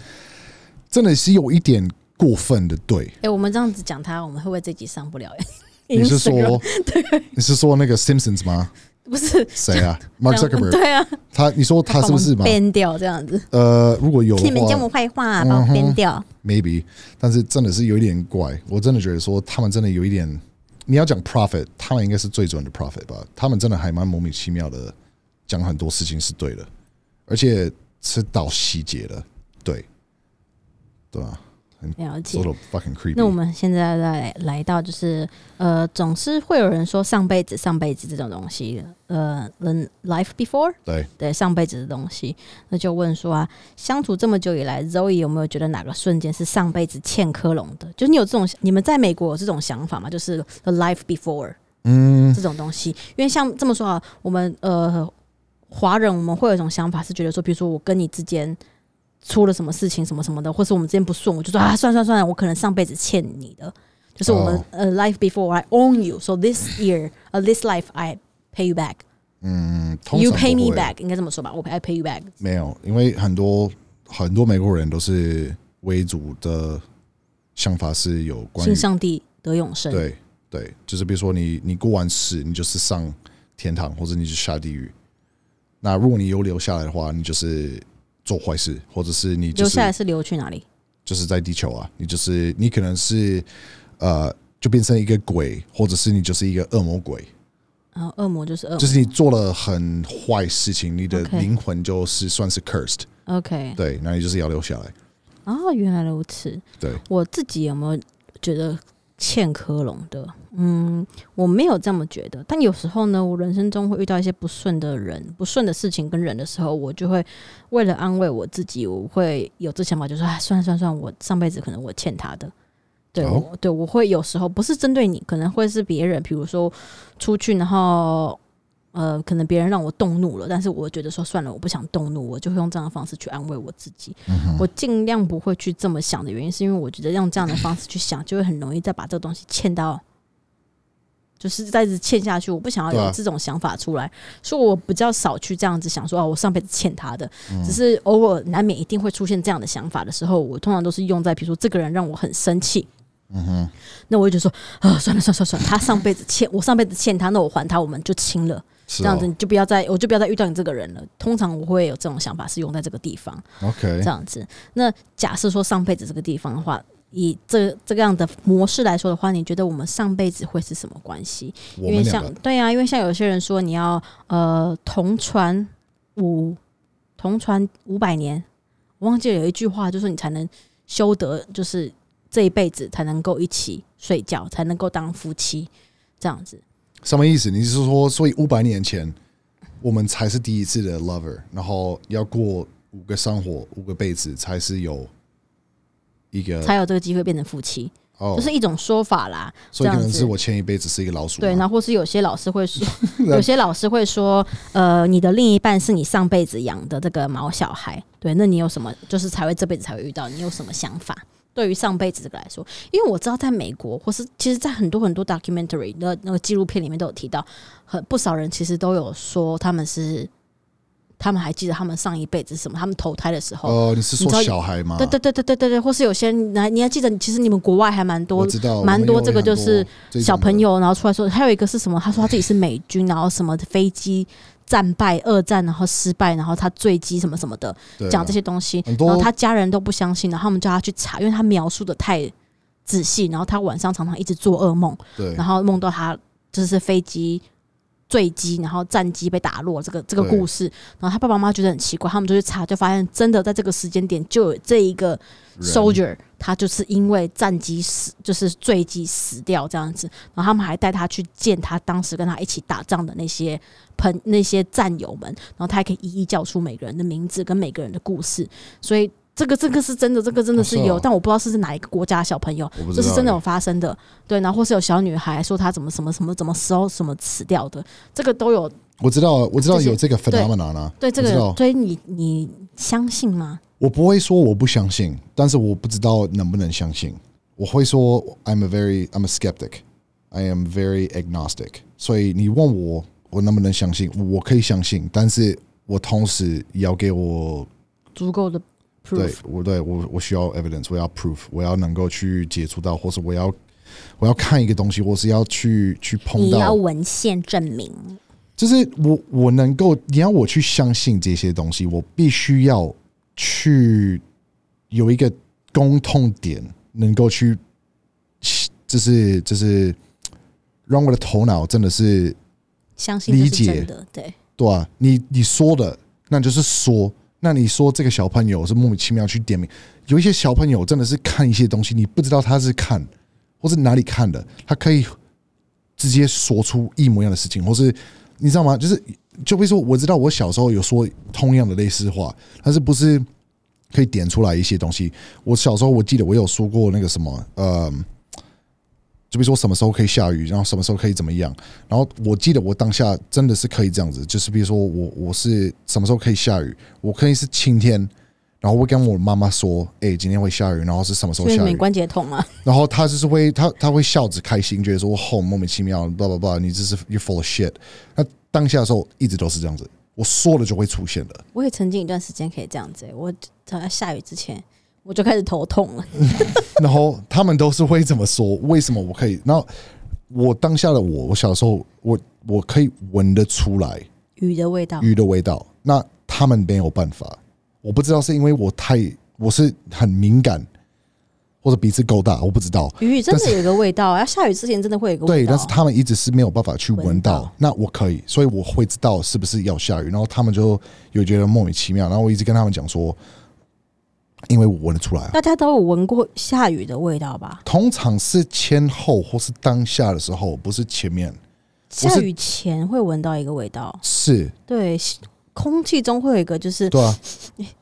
真的是有一点过分的对。哎、我们这样子讲他，我们会不会这集上不了、欸？ 你是 Instagram 说你是说那个 Simpsons 吗？不是谁啊？Mark 这样 Zuckerberg？ 对啊，他你说他是不是吗？编掉这样子，呃，如果有的你们话讲，我坏话、嗯把我编掉。 maybe，但是真的是有一点怪，我真的觉得说他们真的有一点，你要讲 profit，他们应该是最准的 profit 吧，他们真的还蛮莫名其妙的，讲很多事情是对的，而且是到细节的，对，对吧？了解 sort of fucking creepy。那我们现在来来到就是呃，总是会有人说上辈子、上辈子这种东西，呃，the life before，对对，上辈子的东西，那就问说啊，相处这么久以来，Zoe 有没有觉得哪个瞬间是上辈子欠科隆的？就是你有这种，你们在美国有这种想法吗？就是 the life before，嗯，这种东西，因为像这么说啊，我们呃，华人我们会有一种想法是觉得说，比如说我跟你之间。出了什么事情什么什么的，或是我们之间不顺，我就说啊，算算算了，我可能上辈子欠你的，就是我们哦呃、life before I own you，so this year，呃、this life I pay you back。嗯，通常 You 不 pay me 会 back，应该这么说吧？我 I pay you back。没有，因为很多很多美国人都是微族的想法是有关于信上帝得永生。对对，就是比如说你你过完世，你就是上天堂，或者你就下地狱。那如果你有留下来的话，你就是做坏事，或者是你就留是下来是留去哪里？就是在地球啊，你就是你可能是呃，就变成一个鬼，或者是你就是一个恶魔鬼，然啊后恶魔就是恶魔。就是你做了很坏事情，你的嗯 OK 灵魂就是算是 cursed， OK，对，那你就是要留下来。哦，原来如此。对，我自己有没有觉得欠科隆的？嗯，我没有这么觉得。但有时候呢，我人生中会遇到一些不顺的人、不顺的事情跟人的时候，我就会为了安慰我自己，我会有这想法，就是啊，算了算了算了，我上辈子可能我欠他的。对，哦我对我会有时候不是针对你，可能会是别人，比如说出去，然后呃，可能别人让我动怒了，但是我觉得说算了，我不想动怒，我就会用这样的方式去安慰我自己。我尽量不会去这么想的原因，是因为我觉得用这样的方式去想，就会很容易再把这个东西欠到，就是再一直欠下去。我不想要对啊有这种想法出来，所以我比较少去这样子想说啊，我上辈子欠他的。嗯只是偶尔难免一定会出现这样的想法的时候，我通常都是用在比如说这个人让我很生气。嗯那我就觉得说啊，算了算了算了算了，他上辈子欠我上辈子欠他，那我还他，我们就清了。是这样子哦你就不要再，我就不要再遇到你这个人了。通常我会有这种想法，是用在这个地方这哦，OK，样子。那假设说上辈子这个地方的话，以这这个样的模式来说的话，你觉得我们上辈子会是什么关系？我因为们两像个对啊，因为像有些人说你要呃同船五同船五百年，我忘记了有一句话，就是你才能修得，就是这一辈子才能够一起睡觉，才能够当夫妻这样子。什么意思？你是说，所以五百年前我们才是第一次的 lover，然后要过五个生活五个辈子才是有一个才有这个机会变成夫妻，呃哦这，是一种说法啦。所以可这能样子是我前一辈子是一个老鼠嘛，对，然后或是有些老师会 说，有些老师会说，呃，你的另一半是你上辈子养的这个毛小孩，对，那你有什么就是才会这辈子才会遇到？你有什么想法？对于上辈子这个来说，因为我知道在美国，或是其实，在很多很多 documentary 的那个纪录片里面都有提到，很不少人其实都有说他们是，他们还记得他们上一辈子是什么，他们投胎的时候，哦，你是你知说道小孩吗？对对对对对对对，或是有些人，你还你还记得，其实你们国外还蛮我多知道蛮多我们这有个就是很多这种的小朋友，然后出来说，还有一个是什么？他说他自己是美军，然后什么飞机战败、二战，然后失败，然后他坠机什么什么的，对啊讲这些东西，很然后多他家人都不相信，然后他们叫他去查，因为他描述的太仔细，然后他晚上常常一直做噩梦，对然后梦到他就是飞机坠机，然后战机被打落这个这个对故事，然后他爸爸妈妈觉得很奇怪，他们就去查，就发现真的在这个时间点就有这一个人 soldier，他就是因为战机死，就是坠机死掉这样子。然后他们还带他去见他当时跟他一起打仗的那些朋那些战友们，然后他还可以一一叫出每个人的名字跟每个人的故事。所以这个这个是真的，这个真的是哦是有，哦但我不知道是哪一个国家的小朋友，我不知这道是真的欸有发生的。对，然后或是有小女孩说她怎么什么什么怎么时候什么死掉的，这个都有。我知道我知道这些有这个对 phenomenon 啊，对这我知道个，所以你你相信吗？我不会说我不相信，但是我不知道能不能相信。我会说 I'm a very I'm a skeptic, I am very agnostic。所以你问我我能不能相信，我可以相信，但是我同时也要给我足够的 proof。对我对我我需要 evidence，我要 proof，我要能够去接触到，或是我要我要看一个东西，我是要去去碰你要到，文献证明，就是我我能够你要我去相信这些东西，我必须要去有一个共通点，能够去，就是就是让我的头脑真的是相信这理是解真的。对，对啊，你你说的那就是说，那你说这个小朋友是莫名其妙去点名，有一些小朋友真的是看一些东西，你不知道他是看或是哪里看的，他可以直接说出一模一样的事情，或是你知道吗？就是就比如说，我知道我小时候有说同样的类似话，但是不是可以点出来一些东西？我小时候我记得我有说过那个什么，呃。就比如说什么时候可以下雨，然后什么时候可以怎么样，然后我记得我当下真的是可以这样子，就是比如说我我是什么时候可以下雨，我可以是晴天，然后我跟我妈妈说，哎、今天会下雨，然后是什么时候因为下你雨，关节痛嘛，然后他就是会他他会笑着开心，觉得说好莫名其妙，blah blah blah，你这是 you full of shit。那当下的时候一直都是这样子，我说了就会出现的。我也曾经一段时间可以这样子、欸，我在下雨之前我就开始头痛了。嗯然后他们都是会这么说，为什么我可以？然后我当下的我，我小时候我我可以闻得出来雨的味道，鱼的味道，那他们没有办法。我不知道是因为我太我是很敏感，或者鼻子够大，我不知道。雨真的有一个味道啊，要下雨之前真的会有一个对，味道。啊但是他们一直是没有办法去闻闻到。到那我可以，所以我会知道是不是要下雨。然后他们就有觉得莫名其妙。然后我一直跟他们讲说，因为我闻得出来啊、大家都有闻过下雨的味道吧？通常是前后或是当下的时候，不是前面。是下雨前会闻到一个味道，是，对，空气中会有一个就是对啊，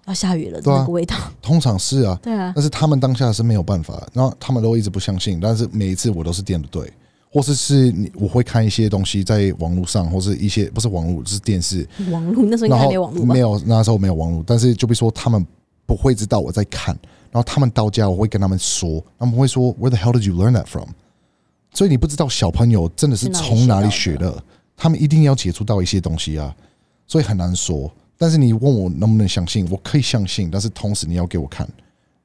要下雨了的对啊那个味道。 通常是啊。对啊，但是他们当下是没有办法，然后他们都一直不相信，但是每一次我都是垫的对，或是是你我会看一些东西在网络上，或是一些不是网络就是电视，网络那时候应该然还后没网络吧没？有那时候没有网络，但是就比如说他们不会知道我在看，然后他们到家我会跟他们说，他们会说 Where the hell did you learn that from？所以你不知道小朋友真的是从哪里学嗯啊的，他们一定要接触到一些东西啊，所以很难说。但是你问我能不能相信，我可以相信，但是同时你要给我看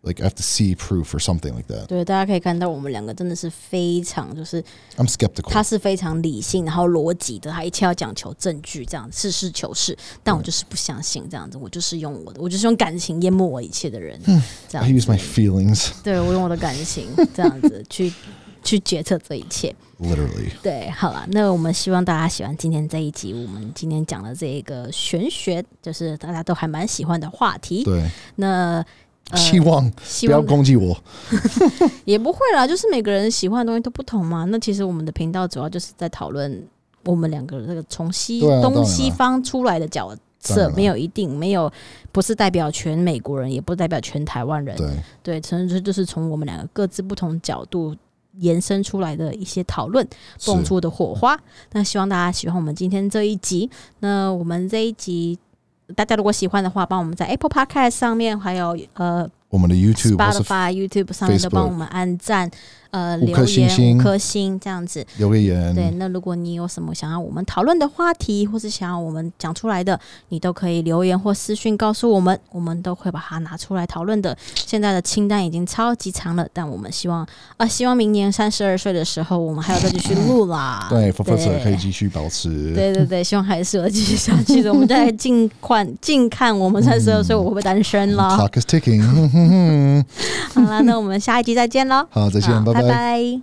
，like I have to see proof or something like that. 对，大家可以看到我们两个真的是非常就是 I'm skeptical. 他是非常理性，然后逻辑的，他一切要讲求证据，这样实事求是。但我就是不相信这样子，我就是用我的，我就是用感情淹没我一切的人，这嗯样 I use 子 my feelings 对我用我的感情这样子去 去决策这一切。 literally. 对，好了，那我们希望大家喜欢今天这一集，我们今天讲的这一个玄学，就是大家都还蛮喜欢的话题。对，那呃，希望希不要望攻击我。也不会啦，就是每个人喜欢的东西都不同嘛。那其实我们的频道主要就是在讨论我们两个这个从西对啊当然东啦西方出来的角当然色啦没有一定，没有不是代表全美国人，也不代表全台湾人，对对，纯粹就是从我们两个各自不同角度延伸出来的一些讨论，是蹦出的火花。那希望大家喜欢我们今天这一集。那我们这一集，大家如果喜欢的话，帮我们在 Apple Podcast 上面，还有呃我们的 YouTube 或是 Spotify、YouTube 上面都 Facebook 帮我们按赞，呃，五留颗言星星五颗星这样子。留个对，言，。那如果你有什么想要我们讨论的话题，或是想要我们讲出来的，你都可以留言或私讯告诉我们，我们都会把它拿出来讨论的。现在的清单已经超级长了，但我们希望啊、希望明年三十二岁的时候，我们还要再继续录啦 对 f o r f e r 对可以继续保持，对对对，希望还是有继续下去的。我们再来近看近看，我们三十二嗯岁我会不会单身了？ ，Clock is ticking，哼哼哼 。好了，那我们下一集再见喽好，再见，好拜拜。